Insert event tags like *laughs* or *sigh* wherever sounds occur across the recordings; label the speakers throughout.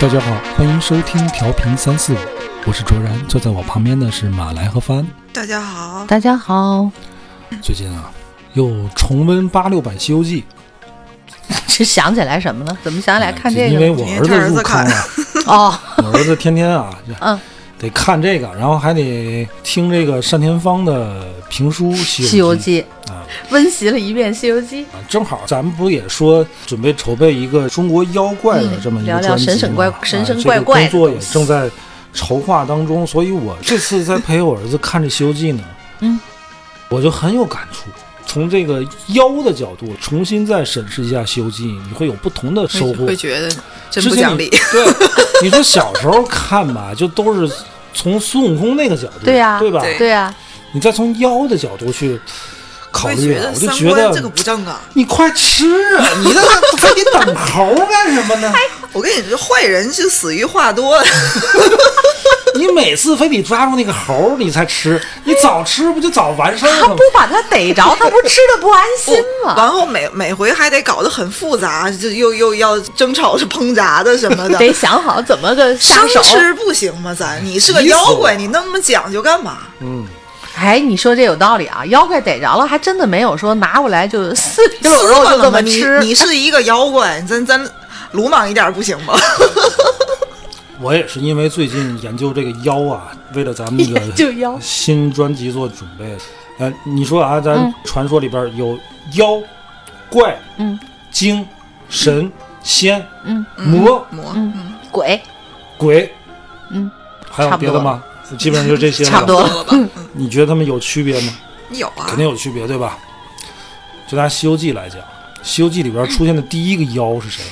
Speaker 1: 大家好，欢迎收听调频三四五，我是卓然。坐在我旁边的是马来和帆。
Speaker 2: 大家好。
Speaker 3: 大家好，
Speaker 1: 最近啊，又重温八六版《西游记
Speaker 3: 这想起来什么了？怎么想》起来看
Speaker 1: 哎
Speaker 3: 这
Speaker 1: 因
Speaker 3: 个
Speaker 1: 为
Speaker 3: 了？
Speaker 1: 我儿子入坑了，
Speaker 3: 哦，
Speaker 1: *laughs* 我儿子天天啊，
Speaker 3: 嗯，
Speaker 1: 得看这个，然后还得听这个单田芳的评书《
Speaker 3: 《
Speaker 1: 西
Speaker 3: 西
Speaker 1: 游
Speaker 3: 游
Speaker 1: 记》
Speaker 3: 记》
Speaker 1: 啊
Speaker 3: 温习了一遍《西游记》，
Speaker 1: 啊，正好咱们不也说准备筹备一个中国妖怪的这么一个
Speaker 3: 嗯聊聊
Speaker 1: 专辑
Speaker 3: 神神怪
Speaker 1: 嘛啊
Speaker 3: 神神
Speaker 1: 这
Speaker 3: 怪
Speaker 1: 个
Speaker 3: 怪的
Speaker 1: 工作也
Speaker 3: 东西
Speaker 1: 正在筹划当中，所以我这次在陪我儿子看这《西游记》呢，
Speaker 3: 嗯，
Speaker 1: 我就很有感触。从这个妖的角度重新再审视一下《西游记》，你会有不同的收获
Speaker 2: 会。觉得真
Speaker 1: 之
Speaker 2: 不
Speaker 1: 前
Speaker 2: 讲
Speaker 1: 你
Speaker 2: 理，
Speaker 1: 对，你说小时候看吧，就都是从孙悟空那个角度，
Speaker 3: 对呀
Speaker 1: 对吧？
Speaker 2: 对
Speaker 3: 对啊，
Speaker 1: 你再从妖的角度去考
Speaker 2: 会
Speaker 1: 虑
Speaker 2: 觉
Speaker 1: 啊，
Speaker 2: 得
Speaker 1: 我就
Speaker 2: 三
Speaker 1: 觉
Speaker 2: 观
Speaker 1: 得
Speaker 2: 这个不正啊！
Speaker 1: 你快吃
Speaker 3: *laughs*
Speaker 1: 啊！你在那非得等猴干什么
Speaker 3: 哎
Speaker 1: 呢？
Speaker 2: 我跟你说，坏人就死于话多。
Speaker 3: *laughs*
Speaker 1: 你每次非得抓住那个猴你才吃，你早吃不就早完事儿
Speaker 3: 他
Speaker 1: 了吗
Speaker 3: 不？把他逮着，他不吃的啊不安心吗？
Speaker 2: 然后每每回还得搞得很复杂，就又又要争吵是烹炸的什么的。
Speaker 3: 得想好怎么个下
Speaker 2: 生
Speaker 3: 手。
Speaker 2: 吃不行吗？咱你是个
Speaker 1: 急死
Speaker 2: 妖
Speaker 1: 我
Speaker 2: 怪，你那么讲究干嘛？
Speaker 1: 嗯，
Speaker 3: 哎，你说这有道理啊！妖怪逮着了，还真的没有说拿过来就撕皮
Speaker 2: 撕
Speaker 3: 有肉
Speaker 2: 吧
Speaker 3: 就这
Speaker 2: 嘛
Speaker 3: 么
Speaker 2: 你
Speaker 3: 吃。
Speaker 2: 你是一个妖怪，咱咱鲁莽一点不行吗？
Speaker 1: 我也是因为最近研究这个妖啊，为了咱们这
Speaker 3: 就
Speaker 1: 个
Speaker 3: 妖
Speaker 1: 新专辑做准备。呃，你说啊，咱
Speaker 3: 嗯
Speaker 1: 传说里边有妖、怪、
Speaker 3: 嗯、
Speaker 1: 精、神、仙、
Speaker 3: 嗯
Speaker 1: 魔、
Speaker 2: 魔
Speaker 3: 嗯，鬼
Speaker 1: 鬼，
Speaker 3: 嗯，
Speaker 1: 还有别的吗？基本上就这些了。
Speaker 3: 差不多
Speaker 2: 了吧？嗯
Speaker 1: 你觉得他们有区别吗？
Speaker 2: 有啊，
Speaker 1: 肯定有区别，对吧？就拿《西游记》来讲，《西游记》里边出现的第一个妖是谁？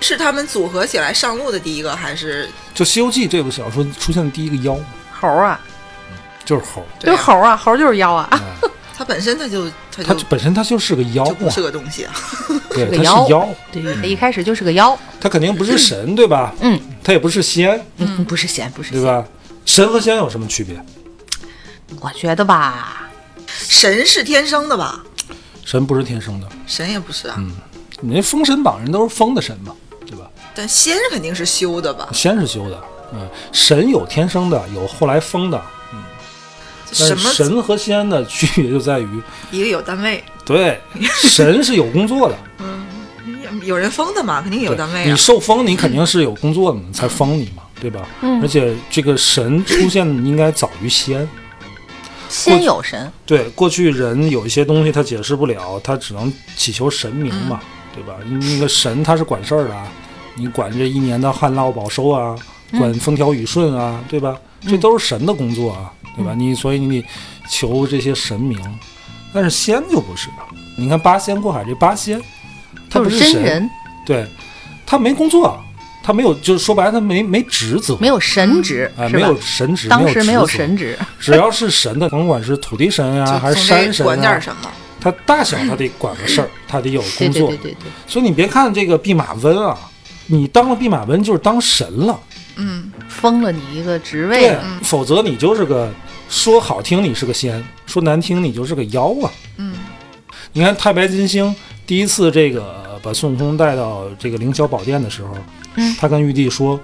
Speaker 2: 是他们组合起来上路的第一个，还是
Speaker 1: 就《西游记》这部小说出现的第一个妖
Speaker 3: 猴啊，
Speaker 1: 就是猴，
Speaker 3: 就是猴啊，猴就是妖啊。
Speaker 2: 他本身他就他
Speaker 1: 它
Speaker 2: 就
Speaker 1: 本身它就是个
Speaker 2: 嗯
Speaker 1: 妖
Speaker 2: 就不
Speaker 1: 嘛，
Speaker 2: 是个东西啊？
Speaker 1: 对，
Speaker 3: 是
Speaker 1: 它
Speaker 3: 个
Speaker 1: 是
Speaker 3: 妖
Speaker 1: 妖，
Speaker 3: 对，他一开始就是个妖。
Speaker 1: 它肯定不
Speaker 2: *clears throat*
Speaker 1: 是神，对吧？
Speaker 3: 嗯，
Speaker 1: 它也不是仙，
Speaker 3: 嗯，不是仙，不是
Speaker 1: 对
Speaker 3: 仙。
Speaker 1: 吧？神和仙有什么区别？
Speaker 3: 我觉得吧，
Speaker 2: 神是天生的吧？
Speaker 1: 神不是天生的，
Speaker 2: 神也不是啊，
Speaker 1: 嗯你那封神榜人都是封的神嘛，对吧？
Speaker 2: 但仙肯定是修的吧？
Speaker 1: 仙是修的，嗯，神有天生的，有后来封的，
Speaker 2: 就
Speaker 1: 但
Speaker 2: 什
Speaker 1: 是
Speaker 2: 么
Speaker 1: 神和仙的区别就在于，
Speaker 2: 一个有单位，
Speaker 1: 对，神是有工作的，
Speaker 2: 有人封的嘛，肯定有
Speaker 1: 对
Speaker 2: 单位
Speaker 1: 你
Speaker 2: 啊。
Speaker 1: 受封，你肯定是有工作的，你才封你嘛，对吧？
Speaker 3: 嗯
Speaker 1: 而且这个神出现应该早于仙。
Speaker 3: 仙有神，
Speaker 1: 对，过去人有一些东西他解释不了，他只能祈求神明嘛，对吧？那个神他是管事儿的啊，你管这一年的旱涝保收啊，管风调雨顺啊，对吧？这都是神的工作啊，对吧？你所以你求这些神明，但是仙就不是了。你看八仙过海这八仙，他
Speaker 3: 就
Speaker 1: 不是
Speaker 3: 真人，
Speaker 1: 对，他没工作，他没有，就是说白了，他没没职责，
Speaker 3: 没有神职，
Speaker 1: 哎，
Speaker 3: 是
Speaker 1: 没
Speaker 3: 吧
Speaker 1: 有？神职，
Speaker 3: 当时
Speaker 1: 没
Speaker 3: 没
Speaker 1: 有
Speaker 3: 有
Speaker 1: 职责
Speaker 3: 神，职，
Speaker 1: 只要是神的，甭管是土地神啊，
Speaker 2: 就
Speaker 1: 还是
Speaker 2: 从
Speaker 1: 山
Speaker 2: 这
Speaker 1: 神
Speaker 2: 管
Speaker 1: 啊
Speaker 2: 点，什么？
Speaker 1: 他大小他得管个事儿，他得有
Speaker 3: 对
Speaker 1: 工
Speaker 3: 对
Speaker 1: 作
Speaker 3: 对。对对。
Speaker 1: 所以你别看这个弼马温啊，你当了弼马温就是当神了，
Speaker 2: 嗯，
Speaker 3: 封了你一个职位
Speaker 1: 对
Speaker 3: 了，，
Speaker 1: 否则你就是个说好听你是个仙，说难听你就是个妖啊。
Speaker 2: 嗯，
Speaker 1: 你看太白金星第一次这个呃把孙悟空带到这个凌霄宝殿的时候，
Speaker 3: 嗯
Speaker 1: 他跟玉帝说，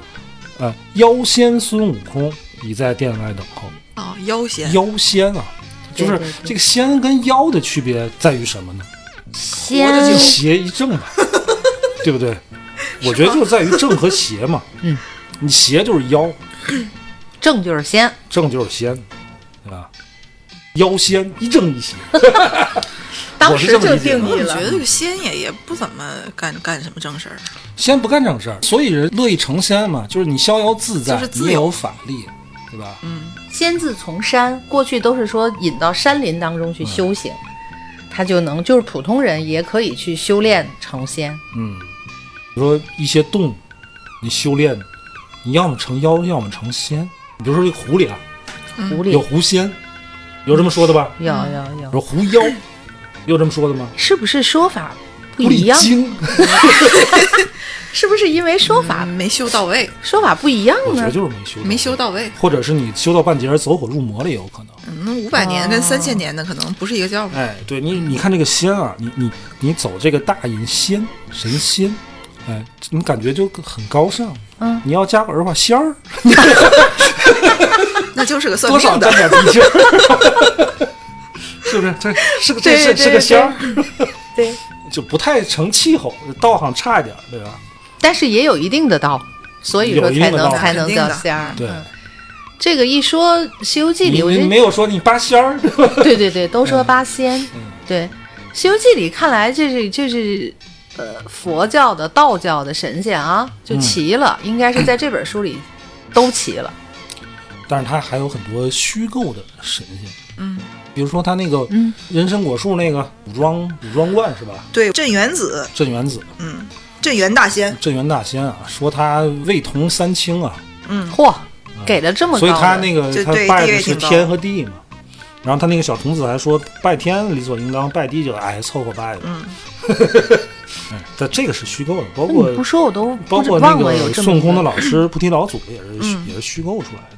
Speaker 1: 呃，妖仙孙悟空已在殿外等候。
Speaker 2: 哦，妖仙
Speaker 1: 妖仙啊，就
Speaker 3: 对
Speaker 1: 是
Speaker 3: 对对
Speaker 1: 这个仙跟妖的区别在于什么呢？
Speaker 3: 仙
Speaker 1: 这邪一正
Speaker 3: *laughs*
Speaker 1: 嘛，对不对？我觉得就是在于正和邪嘛。
Speaker 3: 嗯，
Speaker 1: 你邪就是妖，
Speaker 3: 正就是仙，
Speaker 1: 正就是仙，对吧？妖仙一正一邪，
Speaker 3: 当时
Speaker 1: 我是这么
Speaker 3: 就
Speaker 1: 理解的
Speaker 3: 定
Speaker 2: 我
Speaker 3: 义
Speaker 2: 觉得
Speaker 3: 了。
Speaker 2: 这个仙爷也不怎么干干什么正事儿，
Speaker 1: 仙不干正事儿，所以人乐意成仙嘛，就是你逍遥自在，
Speaker 2: 就是自由
Speaker 1: 你有法力，对吧？
Speaker 3: 仙字从山，过去都是说引到山林当
Speaker 1: 嗯
Speaker 3: 中去修行，他就能，就是普通人也可以去修炼成仙。
Speaker 1: 嗯，比如说一些动物，你修炼你要么成妖，要么成仙。你比如说这个狐狸啊，
Speaker 3: 狐
Speaker 1: 有嗯
Speaker 3: 狸
Speaker 1: 狐仙，有这么说的吧？
Speaker 3: 有有有，
Speaker 1: 有狐妖，有这么说的吗？
Speaker 3: 是不是说法不
Speaker 1: 狐
Speaker 3: 一
Speaker 1: 狸
Speaker 3: 样？
Speaker 1: 精，
Speaker 3: 是不是因为说
Speaker 2: 啊
Speaker 3: 法、
Speaker 4: 没修到位，
Speaker 3: 说法不一样
Speaker 1: 嗯我觉得
Speaker 3: 呢？
Speaker 1: 就是没修，
Speaker 4: 没，修到位。
Speaker 1: 或者是你修到半截儿走火入魔了也有可能。
Speaker 4: 嗯，五百年跟三千年的可能不是一个叫法。
Speaker 1: 哎，对你，你看这个仙啊，你你你走这个大隐仙神仙，哎，你感觉就很高尚。
Speaker 3: 嗯，
Speaker 1: 你要加个儿化仙儿，
Speaker 4: 那就是个算
Speaker 1: 多
Speaker 4: 命
Speaker 1: 少沾
Speaker 4: 的，
Speaker 1: 点鼻劲儿， *laughs* 是不是？这是个这
Speaker 3: 对
Speaker 1: 是
Speaker 3: 对
Speaker 1: 是个仙儿，
Speaker 3: 对，
Speaker 1: 就不太成气候，道行差一点儿，对吧？
Speaker 3: 但是也有一定的道，所以
Speaker 1: 有
Speaker 3: 说
Speaker 1: 一定
Speaker 3: 才
Speaker 1: 的
Speaker 3: 能
Speaker 1: 道
Speaker 3: 才能
Speaker 4: 肯定
Speaker 3: 叫
Speaker 4: 的
Speaker 3: 仙儿。
Speaker 1: 对，
Speaker 3: 嗯这个一说《西游记》
Speaker 1: 你
Speaker 3: 里，我
Speaker 1: 你
Speaker 3: 觉
Speaker 1: 没
Speaker 3: 得
Speaker 1: 有说你八仙儿， *laughs* 对吧
Speaker 3: 对对对，都说八仙。
Speaker 1: 嗯
Speaker 3: 对，《西游记》里看来这是这是呃佛教的、道教的神仙啊，就齐了，
Speaker 1: 嗯
Speaker 3: 应该是在这本书里都齐了。
Speaker 1: 但是它还有很多虚构的神仙，
Speaker 4: 嗯，
Speaker 1: 比如说它那个
Speaker 3: 嗯
Speaker 1: 人参果树那个武装武装观是吧？
Speaker 2: 对，镇元子，
Speaker 1: 镇元子，
Speaker 2: 嗯，镇元大仙，
Speaker 1: 镇元大仙啊，说他位同三清啊，
Speaker 2: 嗯，
Speaker 3: 嚯，给了这么高
Speaker 1: 所
Speaker 3: 的，
Speaker 1: 以他那个
Speaker 2: 这
Speaker 1: 他
Speaker 2: 对
Speaker 1: 拜
Speaker 2: 地
Speaker 1: 的
Speaker 2: 位
Speaker 1: 是
Speaker 2: 挺高
Speaker 1: 天和地嘛。然后他那个小童子还说，拜天理所应当，拜地就哎凑合拜吧。 *laughs* 嗯，但这个是虚构的，包
Speaker 3: 那
Speaker 1: 括
Speaker 3: 嗯你不说我都
Speaker 1: 包
Speaker 3: 不知
Speaker 1: 括那
Speaker 3: 忘了有
Speaker 1: 个
Speaker 3: 这么
Speaker 1: 孙悟空
Speaker 3: 一
Speaker 1: 的
Speaker 3: 个嗯
Speaker 1: 老师菩提老祖也是虚也是虚构出来的。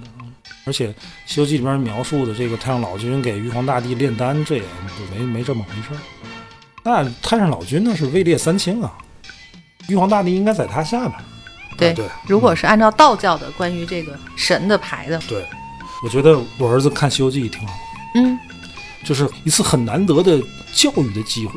Speaker 1: 而且《西游记》里面描述的这个太上老君给玉皇大帝炼丹，这也就没没这么回事儿。那太上老君那是位列三清啊，玉皇大帝应该在他下边儿。
Speaker 3: 对
Speaker 1: 啊对，
Speaker 3: 如果是按照道教的关于这个神的牌的，
Speaker 1: 对，我觉得我儿子看《西游记》挺好，
Speaker 3: 嗯，
Speaker 1: 就是一次很难得的教育的机会。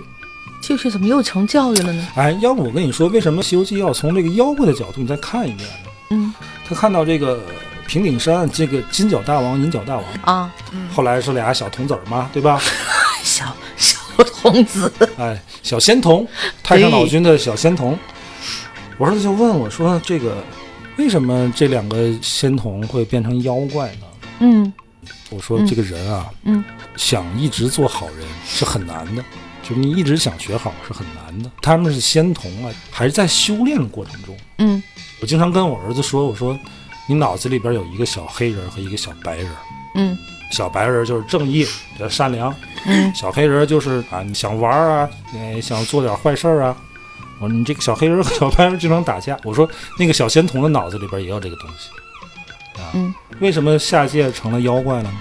Speaker 3: 就是怎么又成教育了呢？
Speaker 1: 哎，要不我跟你说，为什么《西游记》要从这个妖怪的角度你再看一遍呢？
Speaker 3: 嗯，
Speaker 1: 他看到这个平顶山这个金角大王、银角大王，
Speaker 3: 啊，
Speaker 1: 后来是俩小童子儿嘛，对吧？
Speaker 3: 小小童子，
Speaker 1: 哎，小仙童，太上老君的小仙童。我儿子就问我说：“这个为什么这两个仙童会变成妖怪呢？”
Speaker 3: 嗯
Speaker 1: 我说
Speaker 3: 嗯
Speaker 1: 这个人啊，
Speaker 3: 嗯，
Speaker 1: 想一直做好人是很难的，就是你一直想学好是很难的。他们是仙童啊，还是在修炼的过程中。
Speaker 3: 嗯，
Speaker 1: 我经常跟我儿子说，我说你脑子里边有一个小黑人和一个小白人，
Speaker 3: 嗯，
Speaker 1: 小白人就是正义、比较善良，
Speaker 3: 嗯，
Speaker 1: 小黑人就是啊，你想玩啊，呃，想做点坏事儿啊。我说你这个小黑人和小白人经常打架。我说那个小仙童的脑子里边也有这个东西啊。
Speaker 3: 嗯
Speaker 1: 为什么下界成了妖怪呢？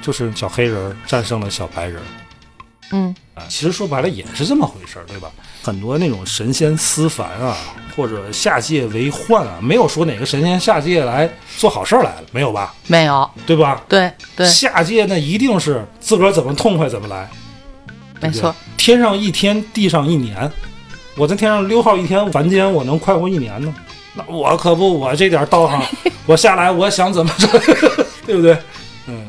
Speaker 1: 就是小黑人战胜了小白人。
Speaker 3: 嗯
Speaker 1: 啊，其实说白了也是这么回事儿，对吧？很多那种神仙思凡啊，或者下界为患啊，没有说哪个神仙下界来做好事儿来了，没有吧？
Speaker 3: 没有，
Speaker 1: 对吧？
Speaker 3: 对对，
Speaker 1: 下界那一定是自个儿怎么痛快怎么来，
Speaker 3: 没
Speaker 1: 对
Speaker 3: 错，，
Speaker 1: 天上一天，地上一年。我在天上溜号一天，凡间我能快活一年呢。那我可不，我这点
Speaker 3: *laughs*
Speaker 1: 道行，我下来我想怎么着， *laughs* 对不对？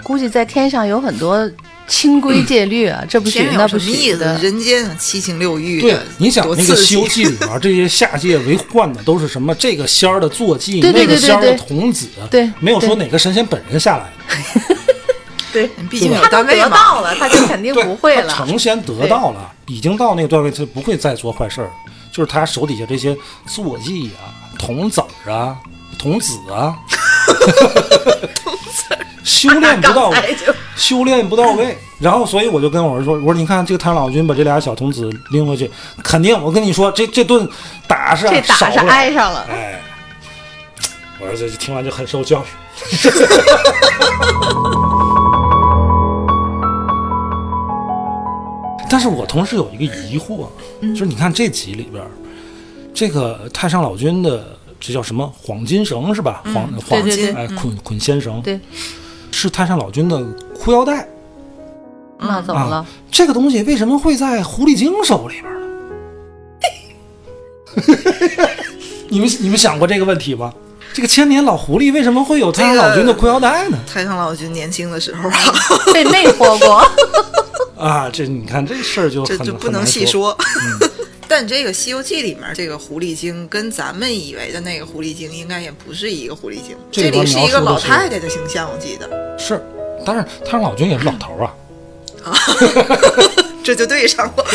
Speaker 3: 估计在天上有很多清规戒律啊，这不许
Speaker 4: 天上
Speaker 3: 那
Speaker 4: 有什
Speaker 3: 不
Speaker 4: 么意
Speaker 3: 许
Speaker 4: 思？
Speaker 3: 的，
Speaker 4: 人间七情六欲
Speaker 1: 对
Speaker 4: 的，，
Speaker 1: 你想
Speaker 4: 多
Speaker 1: 那个《
Speaker 4: 刺
Speaker 1: 西游记》
Speaker 4: 激！
Speaker 1: 里边儿这些下界为患的都是什么？这个仙儿的坐骑，
Speaker 3: 对对
Speaker 1: 那个
Speaker 3: 对对
Speaker 1: 仙儿的
Speaker 3: 对
Speaker 1: 童子，
Speaker 3: 对
Speaker 1: 没有说
Speaker 3: 对
Speaker 1: 哪个神仙本人下来的，
Speaker 2: 对，
Speaker 1: 嗯
Speaker 4: 毕竟有
Speaker 3: 他
Speaker 4: 单
Speaker 3: 都
Speaker 4: 位
Speaker 3: 得
Speaker 4: 嘛，
Speaker 3: 到了，他就肯定
Speaker 1: 对
Speaker 3: 不会
Speaker 1: 他
Speaker 3: 了。
Speaker 1: 成仙得到了，已经到那个段位，他不会再做坏事儿。就是他手底下这些坐骑啊、童子儿啊、童子
Speaker 3: *laughs*
Speaker 1: 啊，修炼不
Speaker 3: *laughs*
Speaker 1: 到
Speaker 3: 刚才就
Speaker 1: 修炼不到位，然后所以我就跟我儿子说，我说你看这个太上老君把这俩小童子拎回去，肯定我跟你说，这这顿打是啊
Speaker 3: 这
Speaker 1: 少
Speaker 3: 打是
Speaker 1: 不了
Speaker 3: 挨上了，
Speaker 1: 哎，我儿子就听完就很受教育。 *laughs* 但是我同时有一个疑惑，啊
Speaker 3: 嗯
Speaker 1: 就是你看这集里边儿，这个太上老君的这叫什么黄金绳是吧？黄黄
Speaker 3: 嗯对对对
Speaker 1: 哎捆捆仙绳，
Speaker 3: 对，
Speaker 1: 是太上老君的裤腰带。
Speaker 3: 那怎么了？
Speaker 1: 这个东西为什么会在狐狸精手里边 *laughs* 儿呢？你们你们想过这个问题吗？这个千年老狐狸为什么会有太上老君的裤腰带呢？
Speaker 2: 太上老君年轻的时候啊， *laughs*
Speaker 3: *laughs* 被魅惑过，
Speaker 1: 啊，这你看这事儿就
Speaker 2: 这
Speaker 1: 很
Speaker 2: 就不
Speaker 1: 很
Speaker 2: 能
Speaker 1: 难
Speaker 2: 细
Speaker 1: 说。嗯
Speaker 2: 说。 *laughs* 但这个《西游记》里面这个狐狸精跟咱们以为的那个狐狸精应该也不是一个狐狸精，
Speaker 1: 这
Speaker 2: 这
Speaker 1: 里边
Speaker 2: 里是一个
Speaker 1: 描
Speaker 2: 老
Speaker 1: 述的是
Speaker 2: 太太的形象，我记得
Speaker 1: 是，但是太上老君也是老头
Speaker 2: *laughs*
Speaker 1: 儿啊。
Speaker 2: 这就对上
Speaker 1: *laughs*
Speaker 2: 了。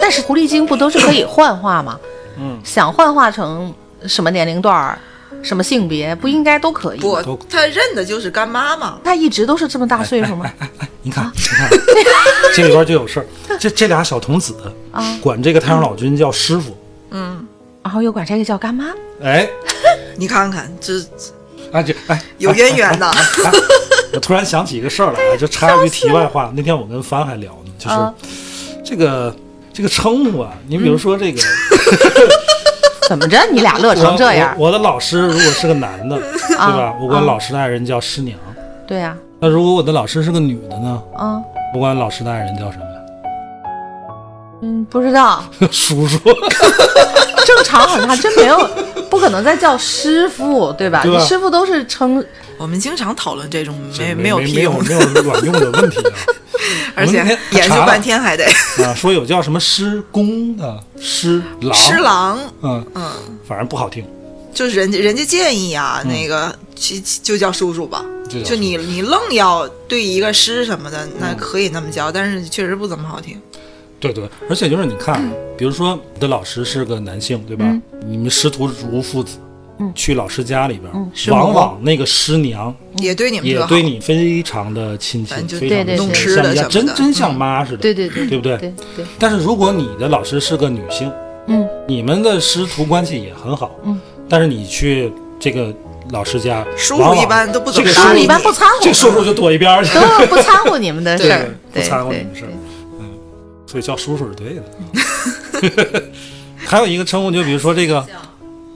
Speaker 3: 但是狐狸精不都是可以幻化吗？
Speaker 1: 嗯，
Speaker 3: 想幻化成什么年龄段儿什么性别，不应该都可以。
Speaker 2: 不
Speaker 1: 都，
Speaker 2: 他认的就是干妈嘛。
Speaker 3: 他一直都是这么大岁数吗？
Speaker 1: 你看，你看，这里边就有事儿。这这俩小童子
Speaker 3: 啊
Speaker 1: 管这个太上老君叫师傅。
Speaker 3: 然后又管这个叫干妈，
Speaker 1: 哎，
Speaker 2: 你看看，这
Speaker 1: 啊这哎，
Speaker 2: 有渊源的。
Speaker 1: 哎我突然想起一个事儿来啊，就插一句题外话。那天我跟帆还聊呢，就是、
Speaker 3: 啊
Speaker 2: 嗯
Speaker 1: 这个这个称呼啊，你比如说这个，
Speaker 3: 怎么着？你俩乐
Speaker 1: 我
Speaker 3: 成这样？
Speaker 1: 我我的老师如果是个男
Speaker 2: 嗯
Speaker 1: 的，对吧？我管
Speaker 3: 啊
Speaker 1: 老师的爱人叫师娘。
Speaker 3: 对啊呀、
Speaker 1: 那如果我的老师是个女的呢？
Speaker 3: 啊，
Speaker 1: 我管老师的爱人叫什么呀？ *laughs*
Speaker 3: 嗯，不知道，
Speaker 1: 叔叔，
Speaker 3: *laughs*
Speaker 1: 啊
Speaker 3: 正常好像还真没有，不可能再叫师傅，对吧？
Speaker 1: 对吧
Speaker 3: 你师傅都是称
Speaker 2: 我们经常讨论这种没
Speaker 1: 没
Speaker 2: 有
Speaker 1: 没
Speaker 2: 屁
Speaker 1: 有
Speaker 2: 用的，
Speaker 1: 没有卵用的问题啊。
Speaker 2: *laughs* 而且
Speaker 1: 我们那
Speaker 2: 研究
Speaker 1: 查了
Speaker 2: 半天还得
Speaker 1: 啊，说有叫什么师公的、师郎、
Speaker 2: 吃狼。
Speaker 1: 嗯，
Speaker 2: 嗯，
Speaker 1: 反正不好听。
Speaker 2: 就是人家人家建议啊，那个其其就叫叔叔吧。
Speaker 1: 嗯就叫
Speaker 2: 就你你愣要对一个师什么的，
Speaker 1: 嗯
Speaker 2: 那可以那么叫，但是确实不怎么好听。
Speaker 1: 对对，而且就是你看啊，
Speaker 3: 嗯
Speaker 1: 比如说你的老师是个男性，对吧？你们师徒如父子，去老师家里边，
Speaker 3: 嗯师母
Speaker 1: 往往那个师娘
Speaker 2: 也对你们
Speaker 1: 嗯也
Speaker 2: 特好，
Speaker 1: 对你非常的亲
Speaker 2: 反正
Speaker 1: 近，
Speaker 2: 就
Speaker 1: 非常的
Speaker 3: 对对
Speaker 1: 亲近
Speaker 3: 对
Speaker 2: 吃
Speaker 1: 像
Speaker 2: 的
Speaker 1: 一家
Speaker 2: 什么
Speaker 1: 真
Speaker 2: 的
Speaker 1: 真像妈似的。
Speaker 3: 对对对
Speaker 1: 对不对
Speaker 3: 对对，
Speaker 1: 但是如果你的老师是个女性，
Speaker 3: 嗯，
Speaker 1: 你们的师徒关系也很好，
Speaker 3: 嗯，
Speaker 1: 但是你去这个老师家，
Speaker 2: 叔叔
Speaker 1: 往往
Speaker 2: 一般都不怎
Speaker 1: 这
Speaker 2: 么
Speaker 1: 个
Speaker 2: 搭
Speaker 1: 叔
Speaker 2: 理
Speaker 1: 叔
Speaker 3: 一般不掺和
Speaker 1: 这叔叔就躲一边儿去，
Speaker 3: 都不掺和你们的事儿，
Speaker 1: 不
Speaker 3: 对
Speaker 1: 掺和
Speaker 3: 对
Speaker 1: 你们事儿
Speaker 3: 对。
Speaker 1: 嗯，所以叫叔叔是对的。 *laughs* 还有一个称呼，就比如说这个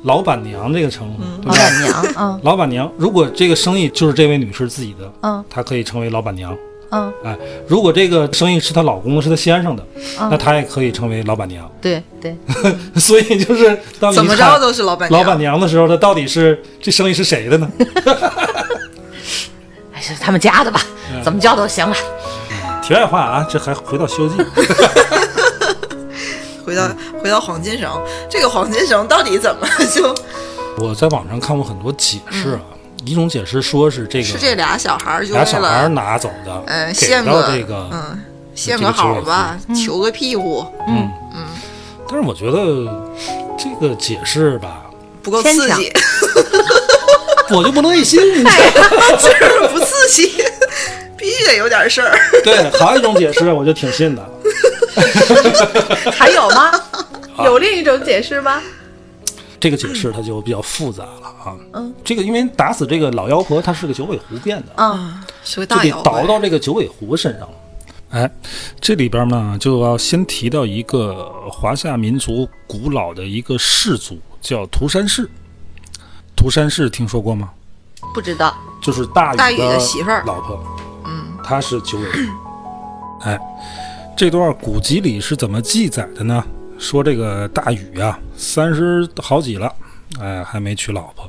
Speaker 1: 老板娘这个称呼，对
Speaker 3: 老
Speaker 1: 吧？
Speaker 3: 板娘， *laughs* 嗯
Speaker 1: 老板娘，如果这个生意就是这位女士自己的，
Speaker 3: 嗯
Speaker 1: 她可以成为老板娘。
Speaker 3: 嗯，
Speaker 1: 哎，如果这个生意是她老公是她先生的，
Speaker 3: 嗯
Speaker 1: 那她也可以成为老板娘。 *laughs*
Speaker 3: 对对，
Speaker 1: 所以就是当你
Speaker 2: 怎么着
Speaker 1: 看
Speaker 2: 都是老板
Speaker 1: 老板娘的时候，她到底是这生意是谁的呢？ *laughs*
Speaker 3: 还哎是他们家的吧，
Speaker 1: 嗯
Speaker 3: 怎么叫都行了。
Speaker 1: 题外话啊，这还回到《西游记》 *laughs*
Speaker 2: 回
Speaker 1: 嗯
Speaker 2: 到回到黄金绳，这个黄金绳到底怎么 *laughs* 就
Speaker 1: 我在网上看过很多解释啊，一种解释说是这个
Speaker 2: 是这俩小孩儿就为
Speaker 1: 俩小孩儿
Speaker 2: 了
Speaker 1: 拿走的，
Speaker 2: 嗯
Speaker 1: 给
Speaker 2: 献
Speaker 1: 到
Speaker 2: 个
Speaker 1: 这个，
Speaker 2: 嗯献
Speaker 1: 这
Speaker 2: 个
Speaker 1: 个九
Speaker 2: 好
Speaker 1: 尾狐
Speaker 2: 吧，求个庇护
Speaker 1: 嗯但是我觉得这个解释吧，
Speaker 2: 不够
Speaker 3: 牵
Speaker 2: 刺
Speaker 3: 强
Speaker 2: 激，
Speaker 1: 我就不乐
Speaker 2: *laughs*
Speaker 1: 意信。
Speaker 2: 哎就是 *laughs* 不刺激， *laughs* 必须得有点事儿。
Speaker 1: 对，还有一种解释，我就挺信的。
Speaker 3: 还有吗？
Speaker 1: *laughs*
Speaker 3: 有另一种解释吗？
Speaker 1: 这个解释它就比较复杂了啊。
Speaker 3: 嗯，
Speaker 1: 这个因为打死这个老妖婆，她是个九尾狐变的，
Speaker 3: 嗯，
Speaker 2: 是个
Speaker 1: 就
Speaker 2: 啊大
Speaker 1: 得
Speaker 2: 妖
Speaker 1: 倒
Speaker 2: 怪，
Speaker 1: 到这个九尾狐身上了。哎，这里边呢，就要先提到一个华夏民族古老的一个氏族，叫涂山氏。涂山氏听说过吗？
Speaker 3: 不知道。
Speaker 1: 就是大禹
Speaker 2: 大禹的媳妇儿
Speaker 1: 老婆，嗯，她是九尾狐。哎，这段古籍里是怎么记载的呢？说这个大禹啊，三十好几了，哎，还没娶老婆，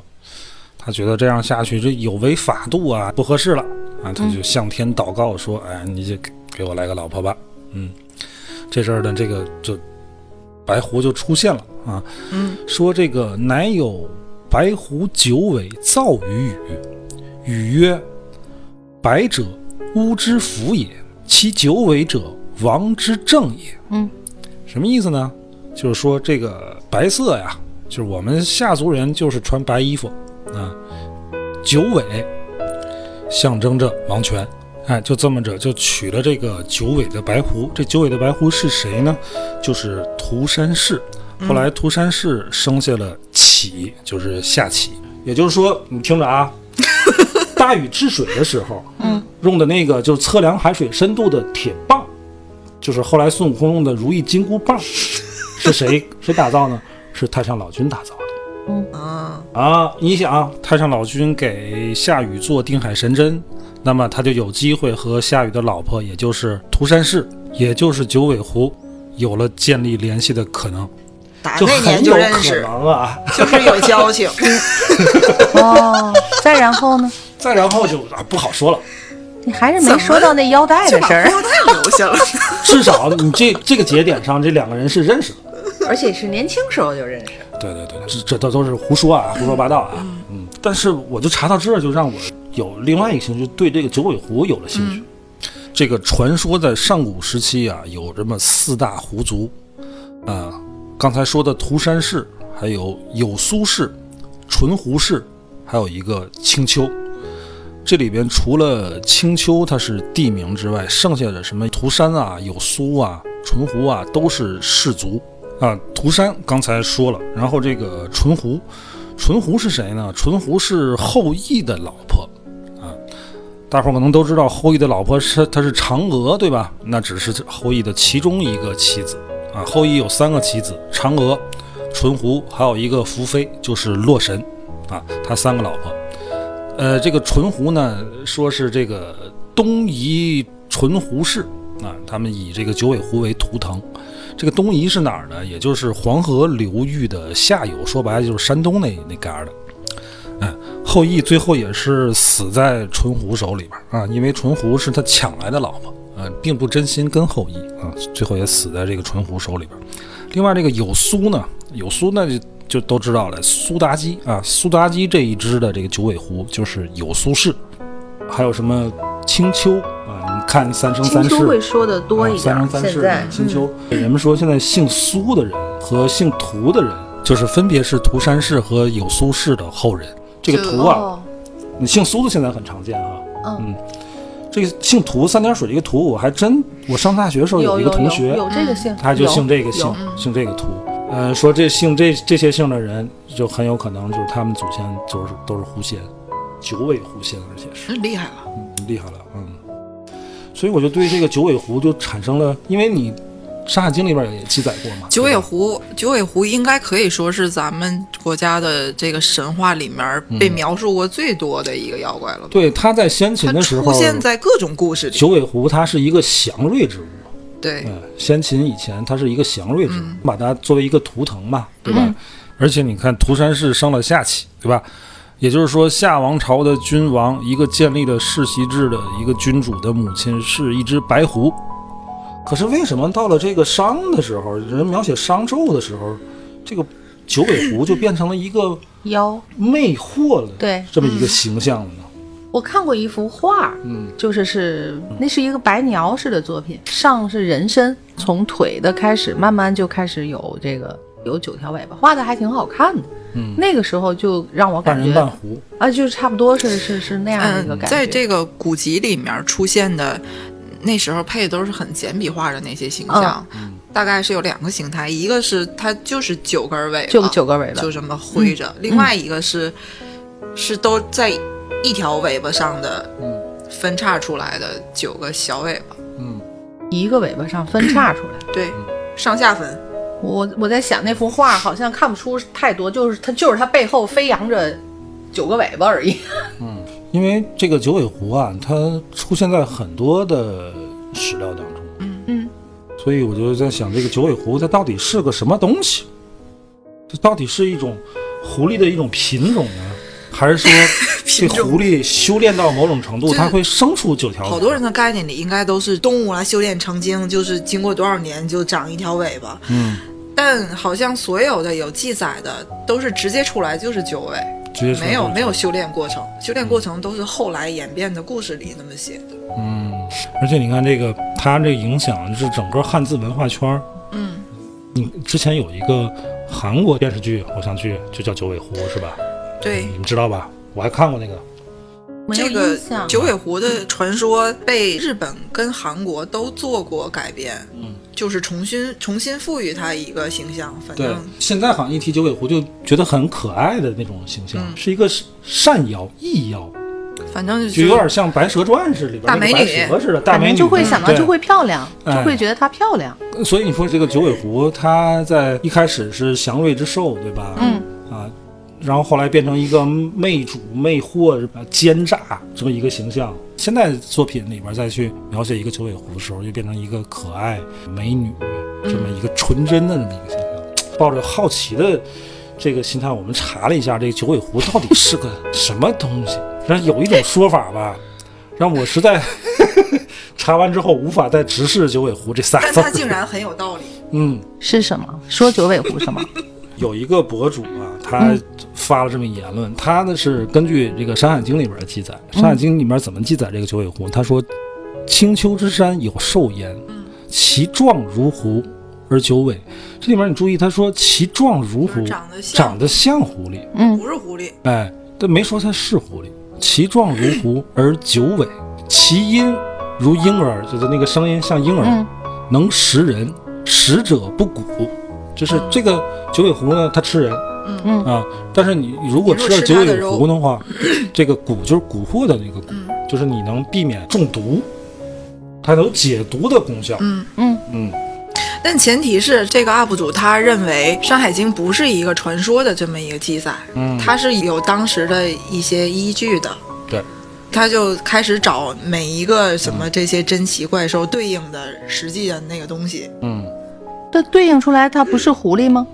Speaker 1: 他觉得这样下去这有违法度啊，不合适了啊，他
Speaker 2: 嗯
Speaker 1: 就向天祷告说：“哎，你就给我来个老婆吧。”嗯，这阵儿呢，这个就白狐就出现了啊，嗯，说这个乃有白狐九尾造于禹。语曰：“白者，巫之福也；其九尾者，王之正也。”
Speaker 3: 嗯，
Speaker 1: 什么意思呢？就是说这个白色呀，就是我们夏族人就是穿白衣服啊，九尾象征着王权。哎，就这么着就娶了这个九尾的白狐。这九尾的白狐是谁呢？就是涂山氏。后来涂山氏生下了启，就是夏启。也就是说，你听着啊，大禹治水的时候，嗯，用的那个就是测量海水深度的铁棒，就是后来孙悟空用的如意金箍棒，是谁谁打造呢？是太上老君打造的。
Speaker 2: 嗯，
Speaker 1: 啊，你想啊，太上老君给夏禹做定海神针，那么他就有机会和夏禹的老婆，也就是涂山氏，也就是九尾狐，有了建立联系的可能，
Speaker 2: 打
Speaker 1: 就
Speaker 2: 啊那
Speaker 1: 很
Speaker 2: 年
Speaker 1: 有
Speaker 2: 就认
Speaker 1: 可
Speaker 2: 识，
Speaker 1: 能啊。
Speaker 2: 就是有交
Speaker 3: *laughs*
Speaker 2: 情。
Speaker 3: 哦，再然后呢？
Speaker 1: 再然后就啊不好说了，
Speaker 3: 你还是没说到那腰带
Speaker 2: 就
Speaker 3: 的
Speaker 2: 把
Speaker 3: 事儿，
Speaker 2: 腰带留下
Speaker 3: *laughs*
Speaker 2: 了，
Speaker 1: 至少你这 *laughs* 这个节点上，这两个人是认识的。
Speaker 3: 而且是年轻时候就认识。
Speaker 1: 对对对，这这都都是胡说啊，胡说八道啊。嗯，但是我就查到这儿，就让我有另外一个兴趣，就对这个九尾狐有了兴趣。嗯这个传说在上古时期啊，有这么四大狐族，啊、刚才说的涂山氏，还有有苏氏、纯纯胡氏，还有一个青丘。这里边除了青丘它是地名之外，剩下的什么涂山啊、有苏啊、淳胡啊，都是氏族啊。涂山刚才说了，然后这个淳胡，淳胡是谁呢？淳胡是后羿的老婆啊。大伙儿可能都知道，后羿的老婆是她是嫦娥，对吧？那只是后羿的其中一个妻子啊。后羿有三个妻子：嫦娥、淳胡，还有一个福妃，就是洛神啊。他三个老婆。呃，这个淳胡呢，说是这个东夷淳胡氏啊，他们以这个九尾狐为图腾。这个东夷是哪儿呢？也就是黄河流域的下游，说白了就是山东那那旮儿的。哎，后羿最后也是死在淳胡手里边儿啊，因为淳胡是他抢来的老婆，啊，并不真心跟后羿啊，最后也死在这个淳胡手里边儿。另外，这个有苏呢，有苏那就就都知道了，苏妲己啊，苏妲己这一支的这个九尾狐就是有苏氏，还有什么青丘啊？你看《三生三
Speaker 3: 青
Speaker 1: 世》
Speaker 3: 丘会说的多一点
Speaker 1: 啊
Speaker 3: 儿，
Speaker 1: 三生三
Speaker 3: 现
Speaker 1: 世
Speaker 3: 在嗯
Speaker 1: 的青丘，人们说现在姓苏的人和姓涂的人，就是分别是涂山氏和有苏氏的后人。这个
Speaker 4: 就
Speaker 1: 涂啊，
Speaker 3: 哦，
Speaker 1: 你姓苏的现在很常见啊。
Speaker 3: 嗯
Speaker 1: 这个姓涂三点水这个涂，我还真我上大学的时候
Speaker 3: 有
Speaker 1: 一个
Speaker 3: 有
Speaker 1: 同学，
Speaker 3: 有有
Speaker 4: 嗯
Speaker 3: 这个姓，
Speaker 1: 他就
Speaker 3: 有嗯
Speaker 1: 姓这个姓
Speaker 3: 有，
Speaker 1: 姓这个涂。呃，说这姓这这些姓的人，就很有可能就是他们祖先就是都是狐仙，九尾狐仙，而且是。
Speaker 4: 嗯厉害了，
Speaker 1: 厉害了，嗯。所以我就对这个九尾狐就产生了，因为你《山海经》里边也记载过嘛，
Speaker 4: 九尾
Speaker 1: 对吧
Speaker 4: 狐，九尾狐应该可以说是咱们国家的这个神话里面被描述过最多的一个妖怪了吧。
Speaker 1: 对，它在先秦
Speaker 4: 它
Speaker 1: 的时
Speaker 4: 出
Speaker 1: 候，
Speaker 4: 现在各种故事里，
Speaker 1: 九尾狐它是一个祥瑞之物，
Speaker 4: 对，
Speaker 1: 嗯，先秦以前它是一个祥瑞之物，
Speaker 3: 嗯
Speaker 1: 把它作为一个图腾嘛，对吧？而且你看，涂山氏生了夏启，对吧？也就是说，夏王朝的君王，一个建立了世袭制的一个君主的母亲是一只白狐。可是为什么到了这个商的时候，人描写商纣的时候，这个九尾狐就变成了一个
Speaker 3: 妖。
Speaker 1: 魅惑了
Speaker 3: 对嗯
Speaker 1: 这么一个形象了呢？
Speaker 3: 我看过一幅画，
Speaker 1: 嗯，
Speaker 3: 就是是那是一个白描式的作品，上是人身，从腿的开始慢慢就开始有这个有九条尾巴，画的还挺好看的。嗯，那个时候就让我
Speaker 1: 半
Speaker 3: 感
Speaker 1: 人
Speaker 3: 觉
Speaker 1: 半狐，
Speaker 3: 啊，就是差不多是是是那样的一个
Speaker 4: 嗯，
Speaker 3: 感觉。
Speaker 4: 在这个古籍里面出现的，那时候配的都是很简笔画的那些形象，
Speaker 1: 嗯
Speaker 4: 大概是有两个形态，一个是它就是九根尾巴，
Speaker 3: 就九个尾巴
Speaker 4: 就，这么
Speaker 1: 嗯
Speaker 4: 挥着，另外一个是、是都在一条尾巴上的分叉出来的九个小尾巴，
Speaker 1: 嗯，
Speaker 3: 一个尾巴上分叉出来。
Speaker 4: 对，上下分。
Speaker 3: 我我在想那幅画好像看不出太多，就是它就是它背后飞扬着九个尾巴而已。
Speaker 1: 因为这个九尾狐啊，它出现在很多的史料当中，嗯
Speaker 3: 嗯，
Speaker 1: 所以我就在想，这个九尾狐它到底是个什么东西？这到底是一种狐狸的一种品种呢，
Speaker 4: *laughs*
Speaker 1: 还是说这狐狸修炼到某种程度，
Speaker 4: 就是
Speaker 1: 它会生出九条？
Speaker 4: 好多人。的概念里应该都是动物啊修炼成精，就是经过多少年就长一条尾巴，
Speaker 1: 嗯，
Speaker 4: 但好像所有的有记载的都是直接出来就是九尾，
Speaker 1: 直接说
Speaker 4: 没有
Speaker 1: 就是
Speaker 4: 没有修炼过程，修炼过程都是后来演变的故事里那么写的。
Speaker 1: 嗯，而且你看这个，它这影响是整个汉字文化圈儿。嗯，你之前有一个韩国电视剧偶像剧，就叫《九尾狐》，是吧？
Speaker 4: 对，
Speaker 1: 你们知道吧？我还看过那个。
Speaker 3: 没有
Speaker 4: 这个
Speaker 3: 印象，
Speaker 4: 九尾狐的传说被日本跟韩国都做过改编，嗯，就是重新重新赋予它一个形象，反
Speaker 1: 对
Speaker 4: 正，
Speaker 3: 嗯
Speaker 1: 现在好像一提九尾狐就觉得很可爱的那种形象，
Speaker 3: 嗯
Speaker 1: 是一个善妖、异妖，
Speaker 4: 反正
Speaker 1: 就有点像《白蛇传》似的里边
Speaker 4: 大
Speaker 1: 那个
Speaker 4: 美
Speaker 1: 白
Speaker 4: 女
Speaker 1: 蛇似的，大
Speaker 3: 反
Speaker 1: 美
Speaker 3: 正
Speaker 1: 女嗯
Speaker 3: 就会想到
Speaker 1: 对
Speaker 3: 就会漂亮，就
Speaker 1: 哎
Speaker 3: 会觉得它漂亮。
Speaker 1: 所以你说这个九尾狐，它在一开始是祥瑞之兽，对吧？
Speaker 3: 嗯
Speaker 1: 啊，然后后来变成一个魅主、魅惑、什么奸诈这么一个形象。现在作品里边再去描写一个九尾狐的时候，就变成一个可爱美女这么一个纯真的这么一个形象。抱着好奇的这个心态，我们查了一下这个九尾狐到底是个什么东西。但是有一种说法吧，让我实在 *laughs* 查完之后无法再直视九尾狐这仨
Speaker 4: 但
Speaker 1: 字儿。
Speaker 4: 它竟然很有道理。
Speaker 1: 嗯，
Speaker 3: 是什么？说九尾狐什么？
Speaker 1: 有一个博主啊，
Speaker 4: 嗯
Speaker 1: 他发了这么一言论，他呢是根据这个《山海经》里边的记载，
Speaker 4: 嗯
Speaker 1: 《山海经》里面怎么记载这个九尾
Speaker 4: 嗯
Speaker 1: 狐？他说：“青丘之山有兽焉，其状如狐，而而九尾。这里面你注意，他说其状如狐，
Speaker 4: 就是长得像
Speaker 1: 长得像狐狸，
Speaker 3: 嗯
Speaker 4: 不是狐狸，
Speaker 1: 哎，但没说它是狐狸。其状如狐而九尾，其音如婴儿，就是那个声音像婴儿，能食人，食者不蛊。就是这个九尾狐呢，它吃人，嗯啊，但是你如果吃了九尾狐的 *coughs* 嗯话，这个蛊就是蛊惑的那个蛊，就是你能避免中毒，它有解毒的功效。嗯
Speaker 3: 嗯
Speaker 1: 嗯，
Speaker 4: 但前提是这个 UP 主他认为《山海经》不是一个传说的这么一个记载，
Speaker 1: 嗯
Speaker 4: 他是有当时的一些依据的。
Speaker 1: 对，
Speaker 4: 他就开始找每一个什么这些珍奇怪兽对应的实际的那个东西，
Speaker 1: 嗯，
Speaker 3: 这对应出来它不是狐
Speaker 1: *laughs*
Speaker 3: 狸吗？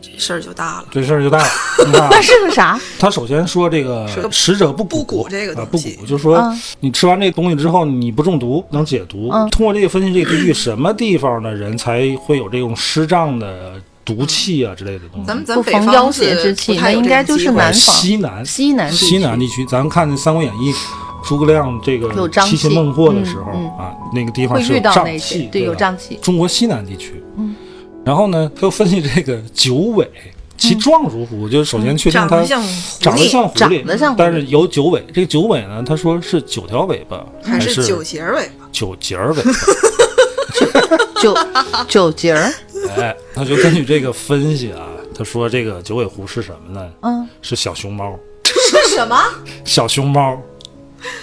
Speaker 4: 这事儿就大了。
Speaker 1: 这事儿就大了。你看啊
Speaker 3: 那是个啥？
Speaker 1: 他首先说这个
Speaker 4: 是个
Speaker 1: 食者不
Speaker 4: 不
Speaker 1: 蛊
Speaker 4: 蛊这个
Speaker 1: 啊
Speaker 4: 东
Speaker 1: 不
Speaker 4: 西
Speaker 1: 蛊，就是说
Speaker 3: 嗯
Speaker 1: 你吃完这东西之后你不中毒，能解毒。
Speaker 3: 嗯
Speaker 1: 通过这个分析这个地域，什么地方的人才会有这种湿胀的毒气啊之类的东西？
Speaker 4: 咱们咱
Speaker 3: 不
Speaker 4: 北
Speaker 3: 逢
Speaker 4: 方
Speaker 3: 妖
Speaker 4: 是
Speaker 3: 邪之气
Speaker 4: 不太
Speaker 3: 那
Speaker 4: 有
Speaker 3: 应
Speaker 4: 这
Speaker 3: 该
Speaker 4: 种
Speaker 3: 就
Speaker 4: 机
Speaker 3: 是
Speaker 4: 会
Speaker 1: 呃
Speaker 3: 南方
Speaker 1: 西南
Speaker 3: 西南地区
Speaker 1: 西南地区，咱们看那《三国演义》，诸葛亮这个
Speaker 3: 有瘴
Speaker 1: 七擒
Speaker 3: 气
Speaker 1: 孟获的
Speaker 3: 嗯
Speaker 1: 时候、
Speaker 3: 嗯
Speaker 1: 啊，那个地方
Speaker 3: 会
Speaker 1: 是
Speaker 3: 遇
Speaker 1: 有
Speaker 3: 到那
Speaker 1: 瘴
Speaker 3: 些
Speaker 1: 气，
Speaker 3: 对有
Speaker 1: 吧
Speaker 3: 瘴气
Speaker 1: 中国西南地区。
Speaker 3: 嗯，
Speaker 1: 然后呢，他又分析这个九尾，其
Speaker 3: 嗯
Speaker 1: 状如狐，就是首先确定
Speaker 4: 长
Speaker 1: 它
Speaker 4: 得像狐
Speaker 1: 长得
Speaker 4: 狸
Speaker 1: 像狐狸，
Speaker 3: 长得像狐狸
Speaker 1: 但是有九尾。这个九尾呢，他说是九条尾巴
Speaker 4: 还
Speaker 1: 是
Speaker 4: 是九节尾巴？
Speaker 1: 九节儿尾巴？
Speaker 3: 九
Speaker 4: *laughs*
Speaker 3: 九节儿，
Speaker 1: 哎，他就根据这个分析啊，他说这个九尾狐是什么呢？
Speaker 3: 嗯，
Speaker 1: 是小熊猫，
Speaker 3: 是什么？，
Speaker 1: 小熊猫。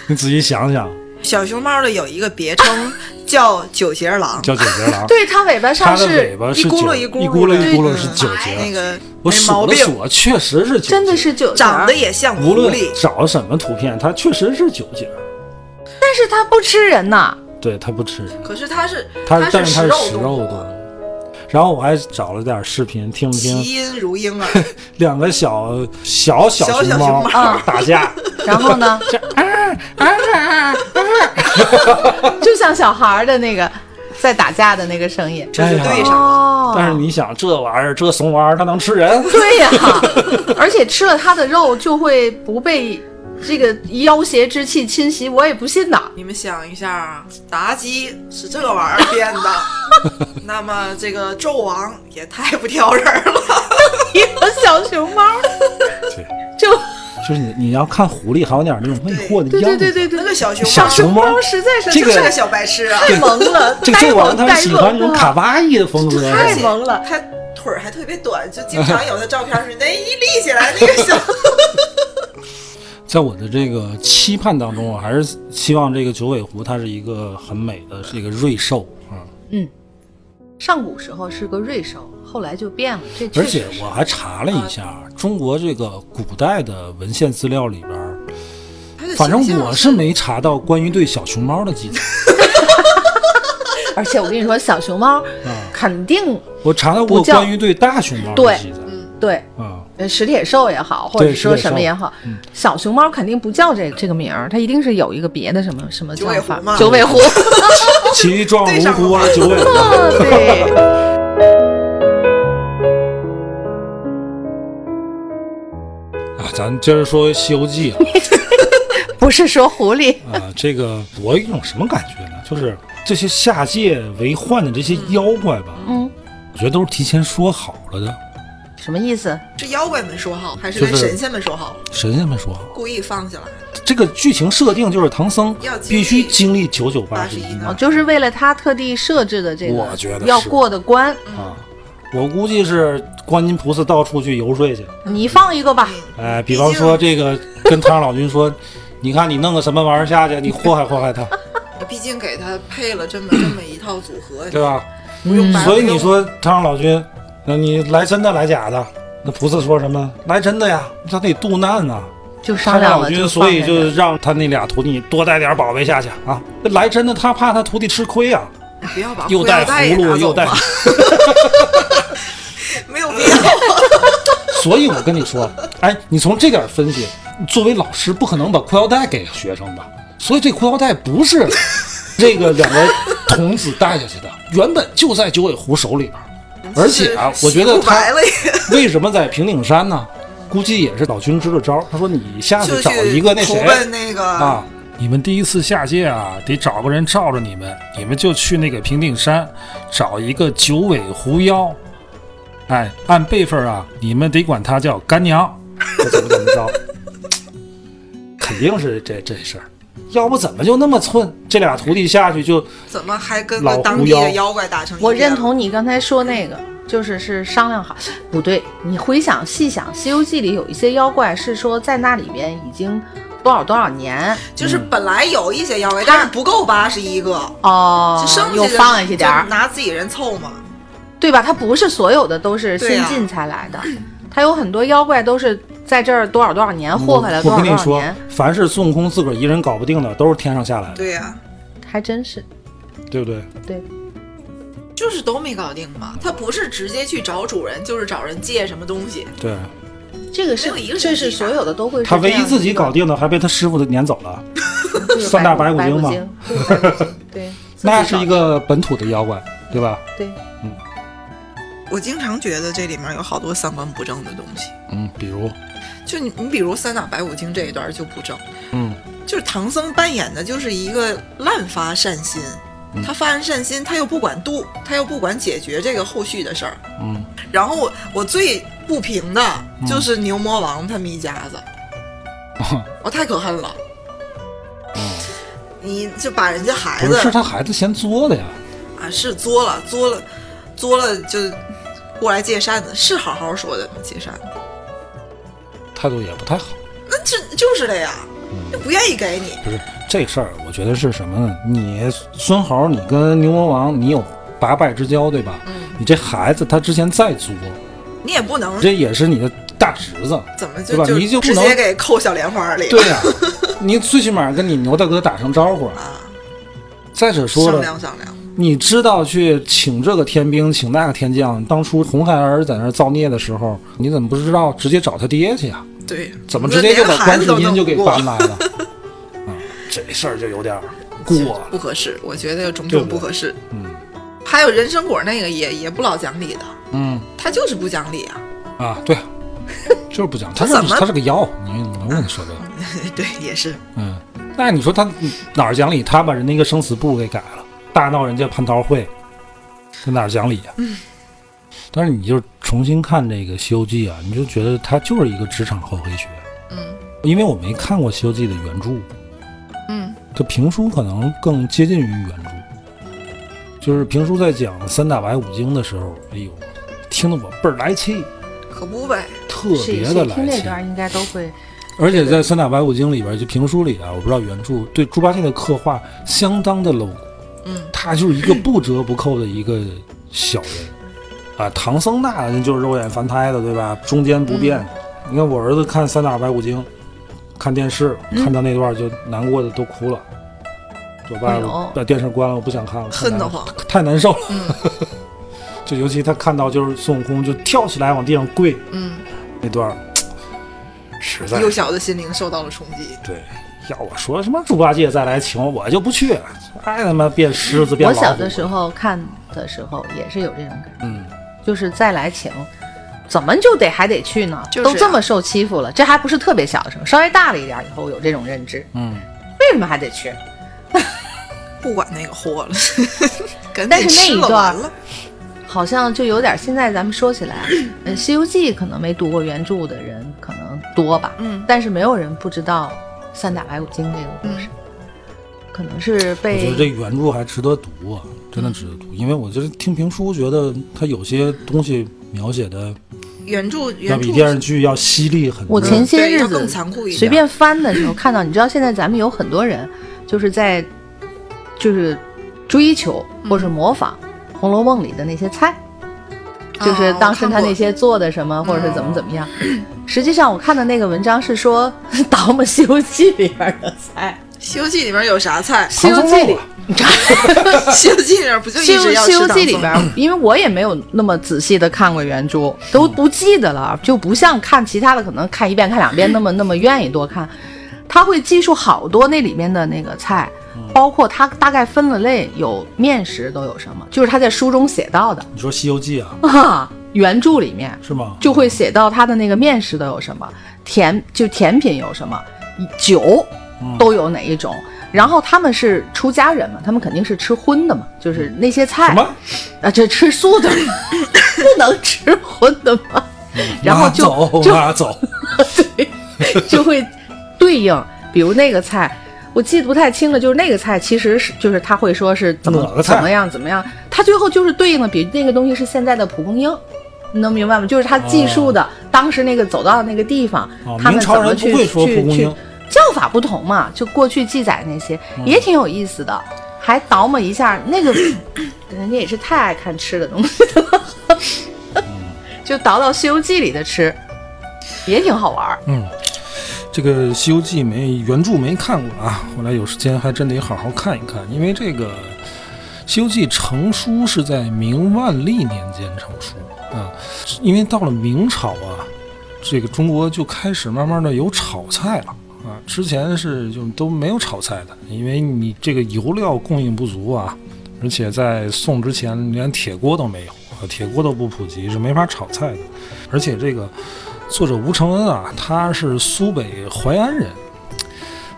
Speaker 1: 你仔细想想，
Speaker 4: 小熊猫的有一个
Speaker 1: *laughs*
Speaker 4: 别称叫九节狼，
Speaker 1: 叫九节狼
Speaker 3: *laughs* 对，它尾巴
Speaker 1: 它
Speaker 3: 上
Speaker 1: 的
Speaker 3: 是
Speaker 1: 尾巴
Speaker 4: 一
Speaker 1: 是九
Speaker 4: 咕噜
Speaker 1: 一
Speaker 4: 一咕
Speaker 1: 咕噜
Speaker 4: 噜的
Speaker 1: 一咕噜
Speaker 4: 对
Speaker 1: 是
Speaker 4: 嗯
Speaker 1: 九
Speaker 4: 那
Speaker 1: 节。
Speaker 4: 个
Speaker 1: 我
Speaker 4: 没
Speaker 1: 数
Speaker 4: 毛
Speaker 1: 了
Speaker 4: 病，
Speaker 1: 数，啊确实是九节，
Speaker 3: 真的是九节儿
Speaker 4: 长得，也像
Speaker 1: 无
Speaker 4: 狐
Speaker 1: 论
Speaker 4: 狸，
Speaker 1: 找什么图片，它确实是九节儿。
Speaker 3: 但是它不吃人
Speaker 4: *laughs*
Speaker 3: 呐。
Speaker 1: 对，它不吃人。
Speaker 4: 可是它是
Speaker 1: 它但是它
Speaker 4: 食
Speaker 1: 是
Speaker 4: 肉
Speaker 1: 食
Speaker 4: 动
Speaker 1: 肉
Speaker 4: 物，
Speaker 1: 的。然后我还找了点视频，听了听
Speaker 4: 其音如婴儿，
Speaker 1: *laughs* 两个小小
Speaker 4: 小
Speaker 1: 熊
Speaker 4: 小熊猫
Speaker 3: 啊
Speaker 1: 打架，
Speaker 3: 然后呢，
Speaker 1: 这啊
Speaker 3: 就像小孩儿的那个在打架的那个声音。
Speaker 4: 这
Speaker 1: 哎
Speaker 4: 是
Speaker 1: 呀
Speaker 4: 对上了。
Speaker 3: 哦，
Speaker 1: 但是你想这玩意儿，这怂玩意儿，它能吃人？
Speaker 3: *laughs* 对呀、而且吃了它的肉就会不被这个妖邪之气侵袭，我也不信呐。
Speaker 4: 你们想一下啊，妲己是这玩意儿编的，
Speaker 1: *laughs*
Speaker 4: 那么这个纣王也太不挑人了。
Speaker 3: 一个小熊猫
Speaker 1: 对，
Speaker 3: 就
Speaker 1: 就是你你要看狐狸，还有点那种魅惑的
Speaker 3: 对
Speaker 1: 样
Speaker 3: 对
Speaker 1: 子。对，
Speaker 3: 对对对，
Speaker 4: 那个小熊
Speaker 1: 小
Speaker 4: 猫
Speaker 1: 熊猫
Speaker 3: 猫实在是
Speaker 1: 这
Speaker 4: 就是
Speaker 1: 个
Speaker 4: 个小白痴啊，
Speaker 3: 太萌
Speaker 1: *laughs*
Speaker 3: 了，
Speaker 1: 这个纣王他
Speaker 3: 呆
Speaker 1: 喜
Speaker 3: 萌
Speaker 1: 欢这种
Speaker 3: 啊
Speaker 1: 卡哇伊的风格，
Speaker 3: 太萌了。
Speaker 4: 它腿儿还特别短，就经常有的照片是那一立起来那个
Speaker 1: *laughs*
Speaker 4: 小。
Speaker 1: 在我的这个期盼当中，我啊还是希望这个九尾狐它是一个很美的，是一个瑞兽啊。
Speaker 3: 嗯上古时候是个瑞兽，后来就变了。这确
Speaker 1: 而
Speaker 3: 实
Speaker 1: 且我还查了一下，中国这个古代的文献资料里边儿，反正我是没查到关于对小熊猫的记载。
Speaker 3: 是，而且我跟你说，小熊猫
Speaker 1: 啊
Speaker 3: 肯定
Speaker 1: 我查到过
Speaker 3: 不叫
Speaker 1: 关于对大熊猫的
Speaker 3: 对
Speaker 1: 记载。
Speaker 3: 对。
Speaker 1: 啊，
Speaker 3: 呃，石铁兽也好，或者
Speaker 1: 对
Speaker 3: 说
Speaker 1: 石铁
Speaker 3: 什
Speaker 1: 兽
Speaker 3: 么也好
Speaker 1: 嗯，
Speaker 3: 小熊猫肯定不叫这这个名儿，它一定是有一个别的什么什么叫
Speaker 4: 九尾狐
Speaker 3: 法
Speaker 4: 嘛。
Speaker 3: 九尾狐， *laughs*
Speaker 1: 其状如狐啊，九尾狐。
Speaker 3: 对。
Speaker 1: 啊，咱接着说《西游记》啊。
Speaker 3: 不是说狐狸，
Speaker 1: 啊，这个我有一种什么感觉呢？就是这些下界为患的这些妖怪吧，
Speaker 3: 嗯，
Speaker 1: 我觉得都是提前说好了的，
Speaker 3: 什么意思？
Speaker 4: 是妖怪们说好，还是
Speaker 1: 就
Speaker 4: 跟
Speaker 1: 是
Speaker 4: 神仙们说好？
Speaker 1: 神仙们说好。
Speaker 4: 故意放下来，
Speaker 1: 这个剧情设定就是唐僧
Speaker 4: 要经历
Speaker 1: 必须经历九九八十一
Speaker 4: 81
Speaker 1: 难
Speaker 3: 哦，就是为了他特地设置的这个，
Speaker 1: 啊我觉得是
Speaker 3: 要过的关，
Speaker 1: 啊。我估计是观音菩萨到处去游说去，
Speaker 3: 你放一个吧。
Speaker 1: 哎，比方说这个跟太上老君说，你看你弄个什么玩意儿下去，你祸害祸害 *laughs* 他，
Speaker 4: 毕竟给他配了这么这么一套组合，
Speaker 1: 对吧？
Speaker 4: 不用白
Speaker 1: 所以你
Speaker 4: 不用
Speaker 1: 说太上老君，那你来真的来假的？那菩萨说什么？来真的呀，他得渡难呐、
Speaker 3: 就
Speaker 1: 太
Speaker 3: 商
Speaker 1: 上
Speaker 3: 量
Speaker 1: 老
Speaker 3: 了，
Speaker 1: 君，
Speaker 3: 就
Speaker 1: 所以
Speaker 3: 放那
Speaker 1: 就
Speaker 3: 个
Speaker 1: 让他那俩徒弟多带点宝贝下去啊。这来真的，他怕他徒弟吃亏啊，
Speaker 4: 不要啊把
Speaker 1: 又
Speaker 4: 裤腰
Speaker 1: 带
Speaker 4: 带
Speaker 1: 葫
Speaker 4: 也
Speaker 1: 芦
Speaker 4: 拿
Speaker 1: 又
Speaker 4: 走
Speaker 1: 带 *laughs*
Speaker 4: 吧，，没有必要。
Speaker 1: 所以我跟你说，哎，你从这点分析，作为老师不可能把裤腰带给学生吧？所以这裤腰带不是这个两个童子带下去的，原本就在九尾狐手里边。 *laughs* 而且啊，
Speaker 4: 就是
Speaker 1: 我觉得
Speaker 4: 洗不
Speaker 1: 他
Speaker 4: 白了也
Speaker 1: *laughs* 为什么在平顶山呢？估计也是老君支的招儿。他说你下去
Speaker 4: 就
Speaker 1: 找一个那
Speaker 4: 去投
Speaker 1: 谁
Speaker 4: 奔那个
Speaker 1: 啊，你们第一次下界啊，得找个人罩着你们，你们就去那个平顶山找一个九尾狐妖。哎，按辈分啊，你们得管她叫干
Speaker 4: *laughs*
Speaker 1: 娘，或怎么怎么着，肯定是这这事儿，要不怎么就那么寸？这俩徒弟下去就
Speaker 2: 怎么还跟
Speaker 1: 老
Speaker 2: 个
Speaker 1: 狐
Speaker 2: 当地的
Speaker 1: 妖
Speaker 2: 妖怪打成一
Speaker 3: 我
Speaker 2: 片
Speaker 3: 认同你刚才说那个，就是是商量好，不对，你回想细想，《西游记》里有一些妖怪是说在那里边已经多少多少年
Speaker 2: 就是
Speaker 1: 嗯
Speaker 2: 本来有一些妖怪，但是不够八十一个，
Speaker 3: 哦
Speaker 2: 就剩，下
Speaker 3: 又
Speaker 2: 的
Speaker 3: 放下去点儿
Speaker 2: 就，拿自己人凑嘛。
Speaker 3: 对吧？它不是所有的都是
Speaker 2: 对
Speaker 3: 新
Speaker 2: 啊
Speaker 3: 进才来的，它有很多妖怪都是在这儿多少多少年祸害了
Speaker 1: 我
Speaker 3: 多
Speaker 1: 我
Speaker 3: 少
Speaker 1: 跟
Speaker 3: 多
Speaker 1: 你
Speaker 3: 少
Speaker 1: 说
Speaker 3: 年，，
Speaker 1: 凡是孙悟空自个儿一人搞不定的，都是天上下来的，
Speaker 2: 对呀、
Speaker 3: 还真是
Speaker 1: 对不对？
Speaker 3: 对。
Speaker 4: 就是都没搞定
Speaker 2: 定嘛，他不是直接去找主人，就是找人借什么东西。
Speaker 1: 对
Speaker 3: 这个是
Speaker 2: 没有一个人
Speaker 3: 这是
Speaker 2: 能抵
Speaker 3: 所
Speaker 2: 挡
Speaker 3: 有的都会是
Speaker 1: 他唯
Speaker 3: 这
Speaker 1: 一
Speaker 3: 样
Speaker 1: 自
Speaker 3: 的
Speaker 1: 己
Speaker 3: 一个
Speaker 1: 搞定的，还被他师傅给撵走了，
Speaker 3: 就是
Speaker 1: 三大白
Speaker 3: 白
Speaker 1: 骨
Speaker 3: 骨
Speaker 1: 精嘛
Speaker 3: 精，就是白骨精对，自己
Speaker 1: 那是
Speaker 3: 搞
Speaker 1: 一个本土的妖怪，对吧？
Speaker 3: 对。
Speaker 4: 我经常觉得这里面有好多三观不正的东西。
Speaker 1: 嗯，比如，
Speaker 4: 就你，你比如三打白骨精这一段就不正，
Speaker 1: 嗯，
Speaker 4: 就是唐僧扮演的就是一个滥发善心，
Speaker 1: 嗯
Speaker 4: 他发完善心，他又不管度，他又不管解决这个后续的事儿。
Speaker 1: 嗯，
Speaker 4: 然后我我最不平的就是牛魔王他们一家
Speaker 1: *laughs*
Speaker 4: 子，我太可恨了。你就把人家孩
Speaker 1: 嗯不
Speaker 4: 子
Speaker 1: 是，是他孩子先作的呀。
Speaker 4: 啊，是作了，作了，作了，就过来借扇子，是好好说的吗？借扇子，
Speaker 1: 态度也不太好。
Speaker 4: 那这 *laughs* 就是的呀，
Speaker 1: 嗯
Speaker 4: 就不愿意给你。
Speaker 1: 不是这事儿，我觉得是什么呢？你孙猴，你跟牛魔王，你有八拜之交，对吧？
Speaker 3: 嗯
Speaker 1: 你这孩子他之前再作，
Speaker 4: 你也不能
Speaker 1: 这也是你的大侄子，
Speaker 4: 怎么
Speaker 1: 对吧
Speaker 4: 就就
Speaker 1: 你就不
Speaker 4: 直
Speaker 1: 能
Speaker 4: 接给扣小莲花里
Speaker 1: 对
Speaker 3: *laughs*
Speaker 1: 呀、你最起码跟你牛大哥打声招呼。
Speaker 4: 啊？
Speaker 1: 再者说
Speaker 4: 商
Speaker 1: 了，
Speaker 4: 量商量，
Speaker 1: 你知道去请这个天兵，请那个天将，当初红孩儿在那儿造孽的时候，你怎么不知道直接找他爹去呀、啊
Speaker 4: 对，
Speaker 1: 怎么直接就把观世音就给搬
Speaker 4: 搬
Speaker 1: 来了？啊，这事儿就有点儿过了。
Speaker 4: 不合适，我觉得种
Speaker 1: 对
Speaker 4: 种
Speaker 1: 不对
Speaker 4: 不合适。
Speaker 1: 嗯
Speaker 4: 还有人参果那个也也不老讲理的，
Speaker 1: 嗯。
Speaker 4: 他就是不讲理啊。 *laughs*
Speaker 1: 啊，对， *laughs* 就是不讲，他是
Speaker 4: 怎么
Speaker 1: 他是个妖，你能跟你说这个？
Speaker 4: 对，也是
Speaker 1: 嗯，那你说他哪儿讲理？他把人家一个生死簿给改了，大闹人家蟠桃会，他哪儿讲理呀、但是你就重新看这个《西游记》啊，你就觉得它就是一个职场厚黑学。
Speaker 4: 嗯，
Speaker 1: 因为我没看过《西游记》的原著，
Speaker 4: 嗯，
Speaker 1: 这评书可能更接近于原著。就是评书在讲三打白骨精的时候，哎呦，听得我倍儿来气，
Speaker 4: 可不呗。
Speaker 1: 特
Speaker 3: 谁
Speaker 1: 别
Speaker 3: 谁
Speaker 1: 的来气。
Speaker 3: 听这段儿应该都会
Speaker 1: 而且在《三打白骨精》里边，就评书里啊，我不知道原著对猪八戒的刻画相当的露骨。
Speaker 4: 嗯，
Speaker 1: 他就是一个不折不扣的一个小人啊。唐僧那那就是肉眼凡胎的，对吧？中间不变。你看我儿子看《三打白骨精》，看电视看到那段就难过的都哭了。我爸
Speaker 3: 哎呦
Speaker 1: 把电视关了，我不想看了，太
Speaker 4: 恨
Speaker 1: 难
Speaker 4: 得慌
Speaker 1: 太难受了。就尤其他看到就是孙悟空就跳起来往地上跪
Speaker 4: 嗯，
Speaker 1: 那段儿，实在是
Speaker 4: 幼小的心灵受到了冲击。
Speaker 1: 对，要我说什么猪八戒再来请我，我就不去，爱他妈变狮子变
Speaker 3: 我
Speaker 1: 老虎。
Speaker 3: 小的时候看的时候也是有这种感觉，
Speaker 1: 嗯，
Speaker 3: 就是再来请，怎么就得还得去呢？
Speaker 4: 就是啊
Speaker 3: 都这么受欺负了，这还不是特别小的时候，稍微大了一点以后有这种认知，
Speaker 1: 嗯，
Speaker 3: 为什么还得去？
Speaker 4: 不管那个货了，赶
Speaker 3: 但
Speaker 4: 紧
Speaker 3: 是那
Speaker 4: 吃
Speaker 3: 一
Speaker 4: 了完
Speaker 3: 段
Speaker 4: 了。
Speaker 3: 好像就有点，现在咱们说起来，呃，《西游记》可能没读过原著的人可能多吧，
Speaker 4: 嗯
Speaker 3: 但是没有人不知道三打白骨精这个故事，
Speaker 4: 嗯
Speaker 3: 可能是
Speaker 1: 我觉
Speaker 3: 被
Speaker 1: 得这原著还值得读啊，真的值得读，因为我就是听评书，觉得它有些东西描写的
Speaker 4: 原著
Speaker 1: 要
Speaker 4: 原
Speaker 1: 比电视
Speaker 4: 著
Speaker 1: 剧要犀利很多。
Speaker 3: 我前
Speaker 4: 嗯
Speaker 3: 些
Speaker 4: 对
Speaker 3: 日
Speaker 4: 要
Speaker 3: 子
Speaker 4: 更残酷一点。
Speaker 3: 随便翻的时候看到，你知道现在咱们有很多人 *coughs* 就是在就是追求
Speaker 4: 嗯
Speaker 3: 或是模仿《红楼梦》里的那些菜，就是
Speaker 4: 哦
Speaker 3: 当时
Speaker 4: 我看
Speaker 3: 他
Speaker 4: 过嗯
Speaker 3: 那些做的什么，或者是怎么怎么样。实际上我看的那个文章是说 *laughs* 倒们《西游记》里边的菜，
Speaker 4: 《西游记》里面有啥菜？
Speaker 3: 《西
Speaker 1: 啊
Speaker 3: 游记》里。
Speaker 4: 《 *laughs* 西游记》里面不就一
Speaker 3: 西游
Speaker 4: 直要
Speaker 3: 西游
Speaker 4: 吃
Speaker 3: 记
Speaker 4: 唐》
Speaker 3: 里
Speaker 4: 僧
Speaker 3: 边儿，因为我也没有那么仔细的看过原著，都不记得了，就不像看其他的，可能看一遍、看两遍那么那么愿意多看。他会记述好多那里面的那个菜，
Speaker 4: 嗯
Speaker 3: 包括他大概分了类，有面食都有什么，就是他在书中写到的
Speaker 1: 你说《西游记》啊，
Speaker 3: 啊，原著里面
Speaker 1: 是吗？
Speaker 3: 就会写到他的那个面食都有什么，甜就甜品有什么，酒
Speaker 4: 嗯
Speaker 3: 都有哪一种。然后他们是出家人嘛，他们肯定是吃荤的嘛，就是那些
Speaker 1: 什
Speaker 3: 菜
Speaker 1: 么？
Speaker 3: 啊，这吃素的 *coughs* 不能吃荤的嘛，然后
Speaker 1: 妈
Speaker 3: 就
Speaker 1: 走
Speaker 3: 就
Speaker 1: 妈走，
Speaker 3: 就会对应，比如那个菜，我记得不太清了，就是那个菜其实是就是他会说是怎
Speaker 1: 哪个
Speaker 3: 么
Speaker 1: 菜
Speaker 3: 怎么样怎么样，他最后就是对应的，比那个东西是现在的蒲公英。你能明白吗？就是他记述的、当时那个走到那个地方，
Speaker 1: 哦
Speaker 3: 他们
Speaker 1: 明
Speaker 3: 怎
Speaker 1: 朝
Speaker 3: 么
Speaker 1: 人
Speaker 3: 去
Speaker 1: 不会说蒲
Speaker 3: 去
Speaker 1: 公
Speaker 3: 去
Speaker 1: 英
Speaker 3: 叫法不同嘛，就过去记载那些、
Speaker 1: 哦
Speaker 3: 也挺有意思的，还倒磨一下
Speaker 1: *coughs*
Speaker 3: 那个，人家也是太爱看吃的东西了， *laughs* 就倒到《西游记》里的吃，也挺好玩儿。
Speaker 1: 这个《西游记》没原著没看过啊，后来有时间还真得好好看一看，因为这个《西游记》成书是在明万历年间成书啊，因为到了明朝啊，这个中国就开始慢慢的有炒菜了。啊，之前是就都没有炒菜的，因为你这个油料供应不足啊，而且在宋之前连铁锅都没有，啊，铁锅都不普及，是没法炒菜的。而且这个作者吴承恩啊，他是苏北淮安人。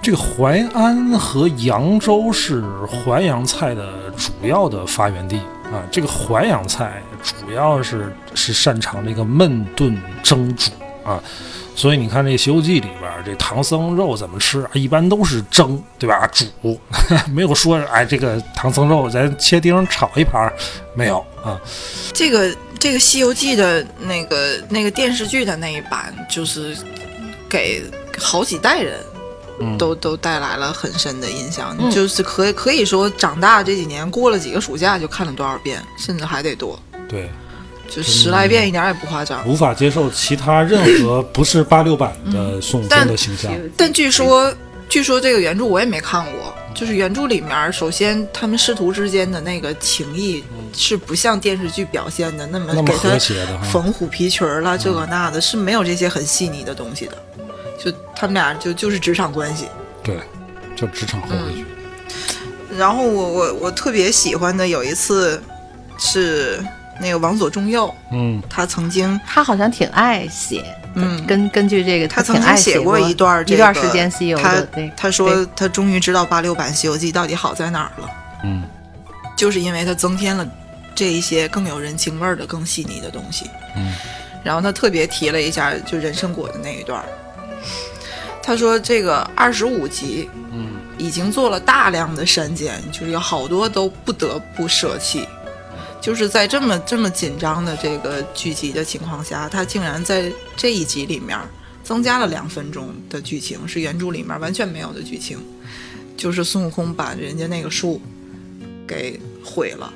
Speaker 1: 这个淮安和扬州是淮扬菜的主要的发源地啊。这个淮扬菜主要是是擅长这个焖炖蒸煮啊，所以你看这《西游记》里边儿，这唐僧肉怎么吃，啊一般都是蒸，对吧？煮， *laughs* 没有说哎这个唐僧肉咱切丁儿炒一盘儿，没有啊。
Speaker 4: 这个这个《西游记》的那个那个电视剧的那一版，就是给好几代人
Speaker 1: 嗯
Speaker 4: 都、都带来了很深的印象，
Speaker 3: 嗯
Speaker 4: 就是可以可以说长大这几年过了几个暑假就看了多少遍，甚至还得多，
Speaker 1: 对，
Speaker 4: 就十来遍一点也不夸张。
Speaker 1: 无法接受其他任何不是八六版的孙悟空的形象。
Speaker 4: 但据说，据说这个原著我也没看过。就是原著里面，首先他们师徒之间的那个情谊是不像电视剧表现的那么
Speaker 1: 嗯那么
Speaker 4: 给他
Speaker 1: 和谐的哈嗯
Speaker 4: 缝虎皮裙儿啦，这个那的，是没有这些很细腻的东西的。就他们俩就就是职场关系。
Speaker 1: 对，叫职场后回去。
Speaker 4: 然后我我我特别喜欢的有一次是那个王左中右，
Speaker 1: 嗯，
Speaker 4: 他曾经
Speaker 3: 他好像挺爱写，
Speaker 4: 嗯
Speaker 3: 根根据这个，
Speaker 4: 他
Speaker 3: 挺
Speaker 4: 曾经
Speaker 3: 爱
Speaker 4: 写
Speaker 3: 过
Speaker 4: 一段、这个、
Speaker 3: 一段时间西游
Speaker 4: 他
Speaker 3: 的，对，
Speaker 4: 他说他终于知道八六版《西游记》到底好在哪儿了。
Speaker 1: 嗯，
Speaker 4: 就是因为它增添了这一些更有人情味儿的、更细腻的东西。
Speaker 1: 嗯，
Speaker 4: 然后他特别提了一下就人参果的那一段儿，他说这个二十五集，
Speaker 1: 嗯，
Speaker 4: 已经做了大量的删减，就是有好多都不得不舍弃。就是在这么这么紧张的这个剧集的情况下，他竟然在这一集里面增加了两分钟的剧情，是原著里面完全没有的剧情，就是孙悟空把人家那个树给毁了，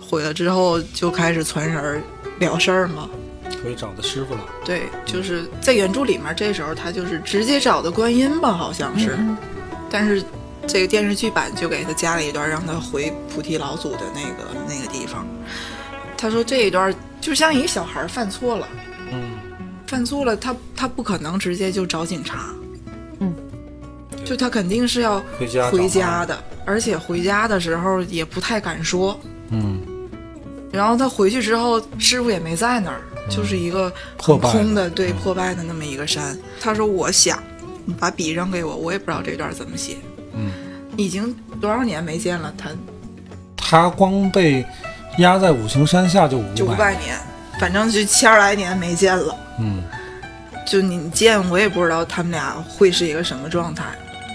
Speaker 4: 毁了之后就开始传人儿了事儿嘛。
Speaker 1: 可以找的师傅了。
Speaker 4: 对，就是在原著里面，这时候他就是直接找的观音吧，好像是，但是这个电视剧版就给他加了一段，让他回菩提老祖的那个那个地方。他说这一段就像一个小孩儿犯错了，
Speaker 1: 嗯，
Speaker 4: 犯错了，他他不可能直接就找警察，
Speaker 3: 嗯，
Speaker 4: 就他肯定是要
Speaker 1: 回家
Speaker 4: 回
Speaker 1: 找妈
Speaker 4: 家
Speaker 1: 妈
Speaker 4: 的，而且回家的时候也不太敢说。
Speaker 1: 嗯，
Speaker 4: 然后他回去之后，师傅也没在那儿，就是一个
Speaker 1: 嗯破
Speaker 4: 很
Speaker 1: 败的嗯
Speaker 4: 空的，对破败的那么一个山。他说：“我想，你把笔扔给我，我也不知道这段怎么写。”
Speaker 1: 嗯，
Speaker 4: 已经多少年没见了，他
Speaker 1: 他光被压在五行山下就
Speaker 4: 就
Speaker 1: 五
Speaker 4: 五
Speaker 1: 百。
Speaker 4: 百年，反正就千儿来年没见了。
Speaker 1: 嗯，
Speaker 4: 就你见我也不知道他们俩会是一个什么状态，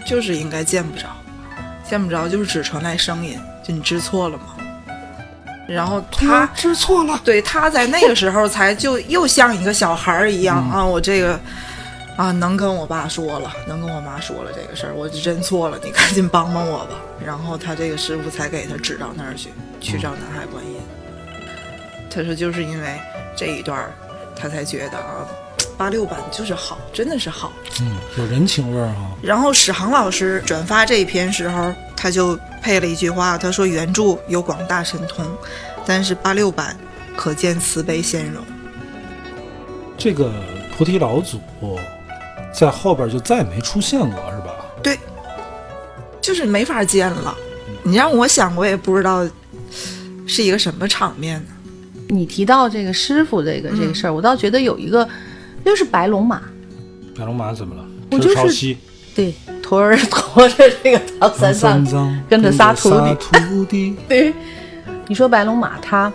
Speaker 4: 就是应该见不着，见不着就是只传来声音，就你知错了吗？然后他
Speaker 1: 知错了。
Speaker 4: 对，他在那个时候才就又像一个小孩儿一样、啊，我这个啊能跟我爸说了，能跟我妈说了这个事儿，我就认错了，你赶紧帮帮我吧。然后他这个师傅才给他指到那儿去，去找南海观音。他说就是因为这一段儿，他才觉得啊，八六版就是好，真的是好。
Speaker 1: 嗯，有人情味儿啊。
Speaker 4: 然后史航老师转发这一篇时候，他就配了一句话，他说原著有广大神通，但是八六版可见慈悲先容。
Speaker 1: 这个菩提老祖在后边就再也没出现过，是吧？
Speaker 4: 对，就是没法见了。
Speaker 1: 嗯
Speaker 4: 你让我想，我也不知道是一个什么场面呢。
Speaker 3: 你提到这个师傅这个
Speaker 4: 嗯
Speaker 3: 这个事儿，我倒觉得有一个，就是白龙马，
Speaker 1: 白龙马怎么了？
Speaker 3: 我
Speaker 1: 这
Speaker 3: 就是
Speaker 1: 潮汐。
Speaker 3: 对，徒儿驮着这个唐三藏
Speaker 1: 三，藏
Speaker 3: 跟着仨徒弟
Speaker 1: 徒弟
Speaker 3: 对，你说白龙马它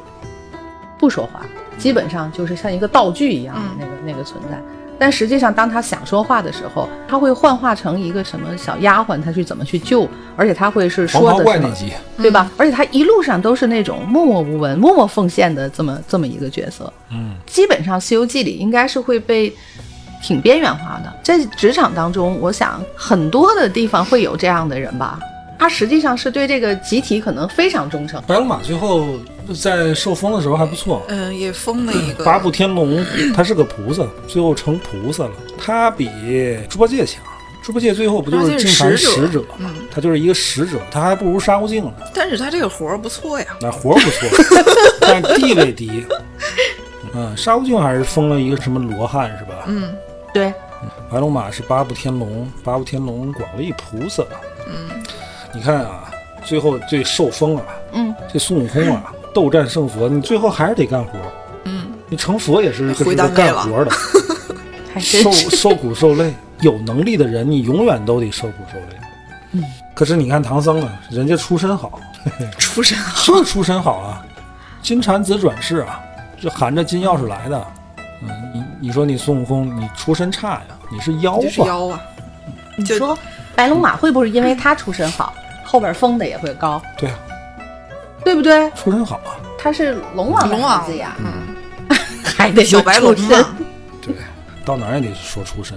Speaker 3: 不说话，基本上就是像一个道具一样的那个、
Speaker 4: 嗯
Speaker 3: 那个存在。但实际上，当它想说话的时候，它会幻化成一个什么小丫鬟，它去怎么去救，而且它会是
Speaker 1: 黄
Speaker 3: 说
Speaker 1: 袍
Speaker 3: 的
Speaker 1: 怪
Speaker 3: 什
Speaker 1: 那
Speaker 3: 么，
Speaker 1: 集，
Speaker 3: 对
Speaker 4: 嗯
Speaker 3: 吧？而且它一路上都是那种默默无闻、默默奉献的这么这么一个角色。
Speaker 1: 嗯，
Speaker 3: 基本上《西游记》里应该是会被挺边缘化的。在职场当中，我想很多的地方会有这样的人吧。他实际上是对这个集体可能非常忠诚，
Speaker 1: 白龙马最后在受封的时候还不错，
Speaker 4: 嗯、也封了一个
Speaker 1: 八部天龙，他是个菩萨，最后成菩萨了。他比猪八戒强，猪八戒最后不就是进
Speaker 4: 他
Speaker 1: 凡
Speaker 4: 是使者嗯
Speaker 1: 使者吗？他就是一个使者，他还不如沙悟净呢，
Speaker 4: 但是他这个活儿不错呀，
Speaker 1: 那活儿不
Speaker 4: *laughs*
Speaker 1: 错，但是地位低。嗯，沙悟净还是封了一个什么罗汉是吧？
Speaker 4: 嗯，
Speaker 3: 对，
Speaker 1: 白龙马是八部天龙，八部天龙广了一菩萨。嗯，你看啊，最后这受封啊，
Speaker 3: 嗯，
Speaker 1: 这孙悟空啊，斗战胜佛，你最后还是得干活。嗯，你成佛也是
Speaker 4: 回
Speaker 1: 是
Speaker 4: 单
Speaker 1: 个
Speaker 4: 位
Speaker 1: 干
Speaker 4: 了
Speaker 1: 活的。
Speaker 3: 还
Speaker 1: 受
Speaker 3: 真是
Speaker 1: 受苦受累。有能力的人，你永远都得受苦受累。嗯，可是你看唐僧啊，人家出身好，
Speaker 4: *laughs* 出身好，
Speaker 1: 就是出身好啊，金蝉子转世啊，这含着金钥匙来的。嗯，你你说你孙悟空，你出身差呀，你是妖
Speaker 4: 就是
Speaker 1: 吧？
Speaker 4: 妖啊，
Speaker 3: 你
Speaker 4: 就
Speaker 3: 说白龙马会不会是因为他出身好，后边封的也会高，
Speaker 1: 对啊，
Speaker 3: 对不对？
Speaker 1: 出身好啊，
Speaker 3: 他是龙王的
Speaker 4: 龙王
Speaker 3: 儿子呀，
Speaker 4: 嗯，
Speaker 3: 还得
Speaker 4: 小
Speaker 3: 有
Speaker 4: 白
Speaker 3: 出
Speaker 4: 龙
Speaker 3: 身。
Speaker 4: 嘛，
Speaker 1: 对，到哪儿也得说出身。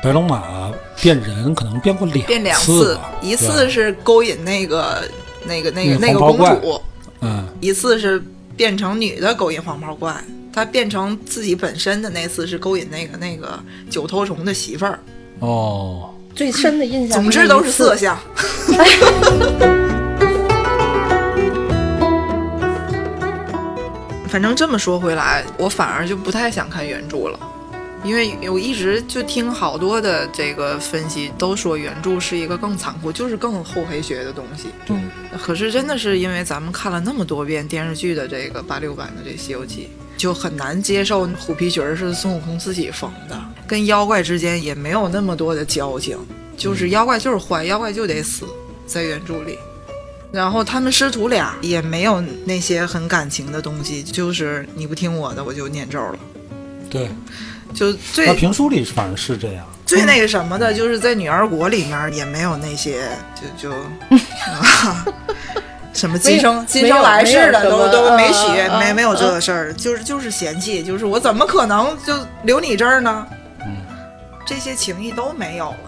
Speaker 1: 白龙马啊变人可能变过两
Speaker 4: 变两
Speaker 1: 次
Speaker 4: 次
Speaker 1: 吧，
Speaker 4: 一
Speaker 1: 对吧啊
Speaker 4: 次是勾引那个那个那个
Speaker 1: 那
Speaker 4: 那
Speaker 1: 个
Speaker 4: 个
Speaker 1: 黄
Speaker 4: 公
Speaker 1: 袍怪
Speaker 4: 主，
Speaker 1: 嗯，
Speaker 4: 一次是变成女的勾引黄袍怪，他变成自己本身的那次是勾引那个那个九头虫的媳妇儿，
Speaker 1: 哦，
Speaker 3: 最深的印象，
Speaker 4: 总之都是色。相。反正这么说回来，我反而就不太想看原著了，因为我一直就听好多的这个分析都说原著是一个更残酷，就是更厚黑学的东西。
Speaker 3: 嗯，
Speaker 4: 可是真的是因为咱们看了那么多遍电视剧的这个八六版的这《西游记》，就很难接受虎皮裙儿是孙悟空自己缝的，跟妖怪之间也没有那么多的交情，就是妖怪就是坏，妖怪就得死，在原著里。然后他们师徒俩也没有那些很感情的东西，就是你不听我的，我就念咒了。
Speaker 1: 对，
Speaker 4: 就
Speaker 1: 那
Speaker 4: 最
Speaker 1: 评书里反正是这样。
Speaker 4: 最那个什么的，就是在女儿国里面也没有那些就就、 *laughs* 啊什么今生今生来世的都都没
Speaker 3: 没有
Speaker 4: 学
Speaker 3: 什么
Speaker 4: 没没有
Speaker 3: 嗯
Speaker 4: 这个事儿，就是就是嫌弃，就是我怎么可能就留你这儿呢？
Speaker 1: 嗯，
Speaker 4: 这些情谊都没有了，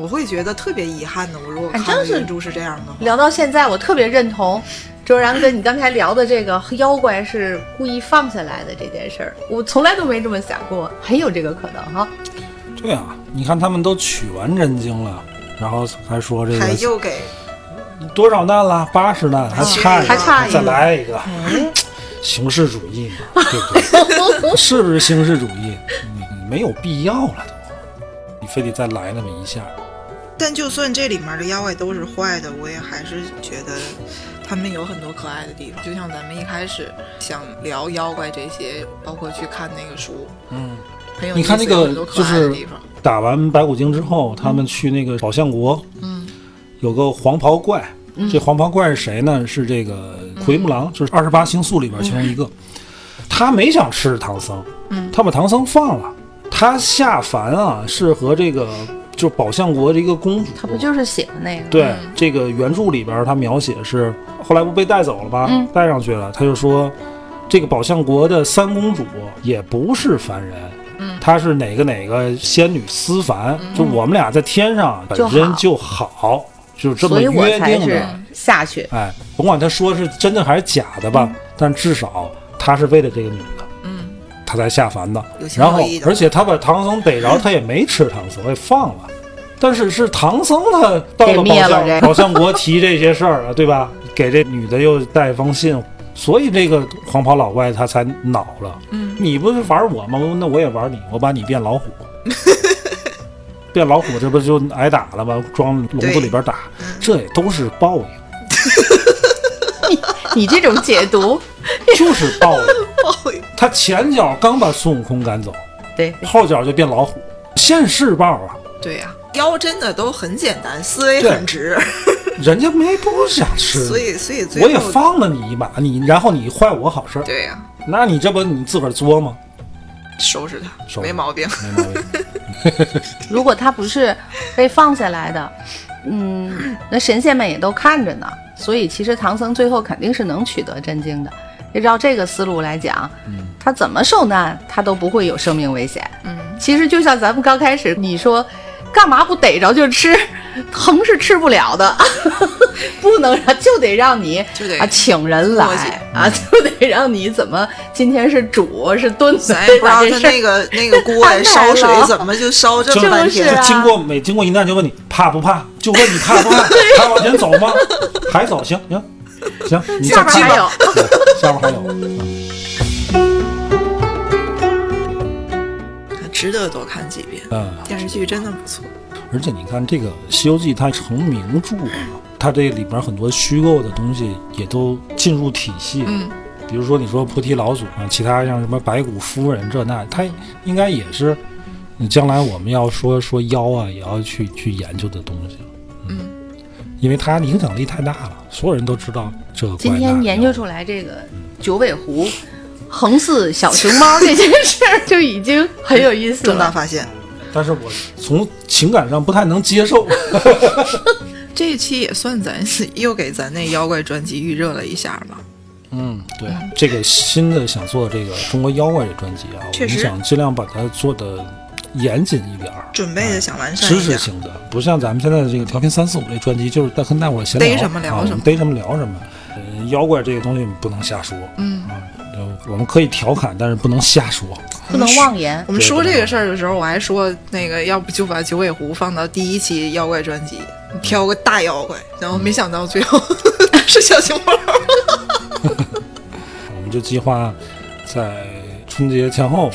Speaker 4: 我会觉得特别遗憾的。我如果
Speaker 3: 反
Speaker 4: 看
Speaker 3: 正是嗯
Speaker 4: 原著是这样的话，
Speaker 3: 聊到现在，我特别认同周然哥你刚才聊的这个妖怪是故意放下来的这件事儿，我从来都没这么想过，很有这个可能
Speaker 1: *laughs*
Speaker 3: 哈。
Speaker 1: 对啊，你看他们都取完真经了，然后还说这
Speaker 4: 还
Speaker 1: 个
Speaker 4: 又啊给
Speaker 1: 多少难了？八十难，还差一个，
Speaker 3: 还差一个
Speaker 1: 再来一个，
Speaker 3: 嗯
Speaker 1: 形式主义
Speaker 4: *laughs*
Speaker 1: 嘛，对不对？是不是形式主义？嗯没有必要了都，你非得再来那么一下。
Speaker 4: 但就算这里面的妖怪都是坏的，我也还是觉得他们有很多可爱的地方。就像咱们一开始想聊妖怪这些，包括去看那个书，
Speaker 1: 嗯，
Speaker 4: 很有
Speaker 1: 你看
Speaker 4: 意
Speaker 1: 那
Speaker 4: 思有
Speaker 1: 个
Speaker 4: 很多可
Speaker 1: 就
Speaker 4: 爱的
Speaker 1: 是
Speaker 4: 地方。
Speaker 1: 打完白骨精之后，他们去那个宝象国，
Speaker 4: 嗯，
Speaker 1: 有个黄袍怪，
Speaker 3: 嗯
Speaker 1: 这黄袍怪是谁呢？是这个奎木狼，就是二十八星宿里边其中一个。
Speaker 3: 嗯
Speaker 1: 他没想吃唐僧，
Speaker 4: 嗯
Speaker 1: 他把唐僧放了。他下凡啊，是和这个就是宝象国的一个公主，
Speaker 3: 他不就是写的那个？
Speaker 1: 对、这个原著里边，他描写是后来不被带走了吧？
Speaker 3: 嗯
Speaker 1: 带上去了，他就说这个宝象国的三公主也不是凡人。
Speaker 4: 嗯
Speaker 1: 她是哪个哪个仙女思凡？就我们俩在天上本
Speaker 3: 嗯就
Speaker 1: 身
Speaker 3: 好
Speaker 1: 就好，就这么
Speaker 3: 所以我
Speaker 1: 约
Speaker 3: 才
Speaker 1: 定
Speaker 3: 是
Speaker 1: 的。
Speaker 3: 下去。
Speaker 1: 哎，甭管他说是真的还是假的吧，
Speaker 3: 嗯
Speaker 1: 但至少他是为了这个女的，
Speaker 4: 嗯，
Speaker 1: 他才下凡的。
Speaker 4: 有情
Speaker 1: 然后
Speaker 4: 有义，的
Speaker 1: 而且他把唐僧逮着，他也没吃唐僧，也放了。但是是唐僧他到
Speaker 3: 给
Speaker 1: 了宝
Speaker 3: 灭了
Speaker 1: 象
Speaker 3: 这
Speaker 1: 宝象国提这些事儿了，对吧？ *laughs* 给这女的又带一封信，所以这个黄袍老怪他才恼了。
Speaker 4: 嗯，
Speaker 1: 你不是玩我吗？那我也玩你，我把你变老虎。 *laughs* 变老虎，这不就挨打了吗？装笼子里边打，这也都是报应。
Speaker 3: 你这种解读，
Speaker 1: 就是暴力。
Speaker 4: 报应
Speaker 1: 他前脚刚把孙悟空赶走，
Speaker 3: 对，
Speaker 1: 后脚就变老虎，现世报啊！
Speaker 4: *laughs* 对呀、雕真的都很简单，思维
Speaker 1: 对
Speaker 4: 很直，
Speaker 1: 人家没不想
Speaker 4: *laughs*
Speaker 1: 吃你，
Speaker 4: 所以所以最
Speaker 1: 我
Speaker 4: 后
Speaker 1: 也放了你一把，你然后你坏我好事儿，
Speaker 4: 对呀、
Speaker 1: 那你这不你自个儿作吗？
Speaker 4: 收拾
Speaker 1: 收拾
Speaker 4: 它，没
Speaker 1: *laughs*
Speaker 4: 毛病。
Speaker 1: 没毛病。
Speaker 3: 如果它不是被放下来的，嗯，那神仙们也都看着呢。所以其实唐僧最后肯定是能取得真经的。就照这个思路来讲，他怎么受难，他都不会有生命危险。
Speaker 4: 嗯，
Speaker 3: 其实就像咱们刚开始你说，干嘛不逮着就吃， *laughs* 横是吃不了的， *laughs* 不能让就得让你
Speaker 4: 就得
Speaker 3: 啊请人
Speaker 4: 磨叽
Speaker 3: 来啊，就得让你怎么今天是煮是炖的，
Speaker 4: 咱也不知道
Speaker 3: 把这
Speaker 4: 他
Speaker 3: 事儿
Speaker 1: *laughs*
Speaker 4: 那个
Speaker 1: 哎
Speaker 4: 那个锅呀烧水怎么就烧 *laughs* 这么半
Speaker 3: 就是
Speaker 4: 天
Speaker 3: 啊，
Speaker 1: 经过每经过一难就问你怕不怕，就问你怕不
Speaker 4: *laughs*
Speaker 1: 怕，还往前走吗？还走，行行行，你
Speaker 3: 下
Speaker 1: 再
Speaker 3: 边
Speaker 1: 进
Speaker 3: 还
Speaker 1: 来
Speaker 3: 有。
Speaker 1: 对下边还有，
Speaker 4: *laughs* 值得多看几遍。
Speaker 1: 嗯，
Speaker 4: 电视剧真的不错，
Speaker 1: 而且你看这个《西游记》，它成名著了，它这里边很多虚构的东西也都进入体系。
Speaker 4: 嗯，
Speaker 1: 比如说你说菩提老祖啊，其他像什么白骨夫人这那，它应该也是你将来我们要说说妖啊，也要去去研究的东西。
Speaker 4: 嗯，
Speaker 1: 因为它影响力太大了，所有人都知道这个怪
Speaker 3: 今
Speaker 1: 诞
Speaker 3: 天
Speaker 1: 的
Speaker 3: 研
Speaker 1: 妖
Speaker 3: 究出来这个九尾狐横似小熊猫这件事儿，就已经很有意思
Speaker 4: 重大
Speaker 3: 了。
Speaker 4: 发现。
Speaker 1: 但是我从情感上不太能接受。
Speaker 4: 这一期也算咱又给咱那妖怪专辑预热了一下吧。
Speaker 1: 嗯，对，这个新的想做这个中国妖怪这专辑啊，我
Speaker 4: 确
Speaker 1: 们
Speaker 4: 实
Speaker 1: 想尽量把它做的严谨一点儿，
Speaker 4: 准备的想完善
Speaker 1: 知
Speaker 4: 一
Speaker 1: 识
Speaker 4: 下，
Speaker 1: 性的，不像咱们现在的这个调频三四五这专辑，就是在跟大伙儿闲聊，
Speaker 4: 逮什么聊
Speaker 1: 啊
Speaker 4: 什么
Speaker 1: 逮什么聊什么。呃妖怪这个东西不能瞎说，
Speaker 4: 嗯
Speaker 1: 啊，就我们可以调侃，但是不能瞎说。
Speaker 3: 不能妄言。
Speaker 4: 我们说这个事儿的时候，我还说那个，要不就把九尾狐放到第一期妖怪专辑，挑个大妖怪，然后没想到最后 *laughs* 是小熊猫。
Speaker 1: 我们就计划在春节前
Speaker 4: *laughs*
Speaker 1: 后，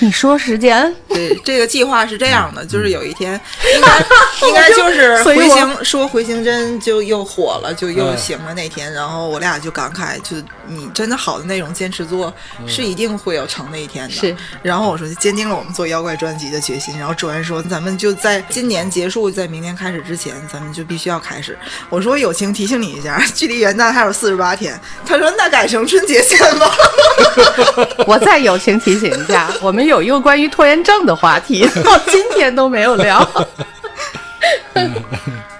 Speaker 3: 你说时间， *laughs*
Speaker 4: 对，这个计划是这样的，
Speaker 1: 嗯
Speaker 4: 就是有一天，应该应该就是
Speaker 3: 所以
Speaker 4: 回
Speaker 3: 我
Speaker 4: 形说回形针就又火了，就又
Speaker 1: 嗯
Speaker 4: 行了那天，然后我俩就感慨，就是你真的好的内容坚持做，
Speaker 1: 嗯
Speaker 4: 是一定会有成的一天的。
Speaker 3: 是，
Speaker 4: 然后我说坚定了我们做妖怪专辑的决心，然后卓然说咱们就在今年结束，在明年开始之前，咱们就必须要开始。我说友情提醒你一下，距离元旦还有四十八天。他说那改成春节见吧。
Speaker 3: 我再友情提醒一下，我们有一个关于拖延症的话题，到今天都没有 *laughs* 聊，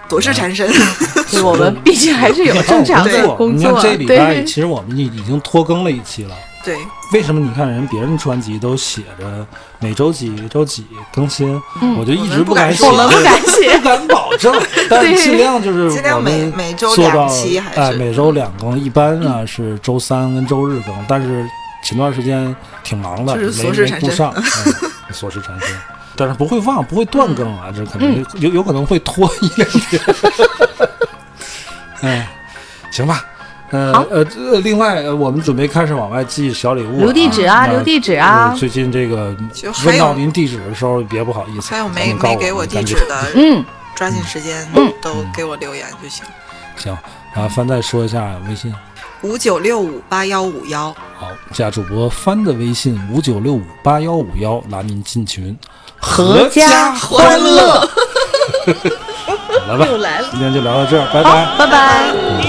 Speaker 4: 躲
Speaker 1: 嗯
Speaker 4: 是缠身， *laughs*
Speaker 3: 所以我们毕竟还是有正常的工
Speaker 1: 你
Speaker 3: 作
Speaker 1: 看。这礼拜
Speaker 3: 对
Speaker 1: 其，实我们已已经拖更了一期了。
Speaker 4: 对，
Speaker 1: 为什么你看人别人专辑都写着每周几周几更新，我就一直敢写，
Speaker 3: 我们不敢写 *laughs*
Speaker 1: 不。敢保证，但
Speaker 3: 对
Speaker 1: 尽量就是
Speaker 4: 尽量
Speaker 1: 我们
Speaker 4: 每每周
Speaker 1: 做到
Speaker 4: 两期还是
Speaker 1: 哎每周两更，一般呢是周三跟周日更，但是前段时间挺忙的，
Speaker 4: 就是
Speaker 1: 没
Speaker 4: 琐事
Speaker 1: 没
Speaker 4: 缠
Speaker 1: 顾
Speaker 4: 身 *laughs*
Speaker 1: 上，嗯琐事缠身。但是不会忘，不会断更啊，这可
Speaker 3: 嗯
Speaker 1: 能有有可能会拖一两天。 *laughs* 哎，行吧，呃
Speaker 3: 好
Speaker 1: 呃，这另外呃我们准备开始往外寄小礼物，
Speaker 3: 留地址啊
Speaker 1: 那
Speaker 3: 留地址啊
Speaker 1: 呃最近这个
Speaker 4: 就还
Speaker 1: 问
Speaker 4: 有
Speaker 1: 到您地址的时候，别不好意思，
Speaker 4: 还有
Speaker 1: 赶
Speaker 4: 没
Speaker 1: 紧告
Speaker 4: 没给我
Speaker 1: 我
Speaker 4: 地
Speaker 1: 赶
Speaker 4: 址
Speaker 1: 紧 *laughs*
Speaker 4: 的，
Speaker 3: 嗯，
Speaker 4: 抓紧时间
Speaker 3: 嗯
Speaker 4: 都给我留言就行。
Speaker 1: 行啊，帆再说一下微信。
Speaker 4: 五九六五八幺五幺，
Speaker 1: 好，加主播帆的微信五九六五八幺五幺，拉您进群，
Speaker 3: 阖家欢乐
Speaker 1: 好了吧？
Speaker 3: 又来了。 *laughs*
Speaker 1: 今天就聊到这儿，拜
Speaker 3: 好
Speaker 1: 拜。，
Speaker 3: 拜拜。
Speaker 4: 拜。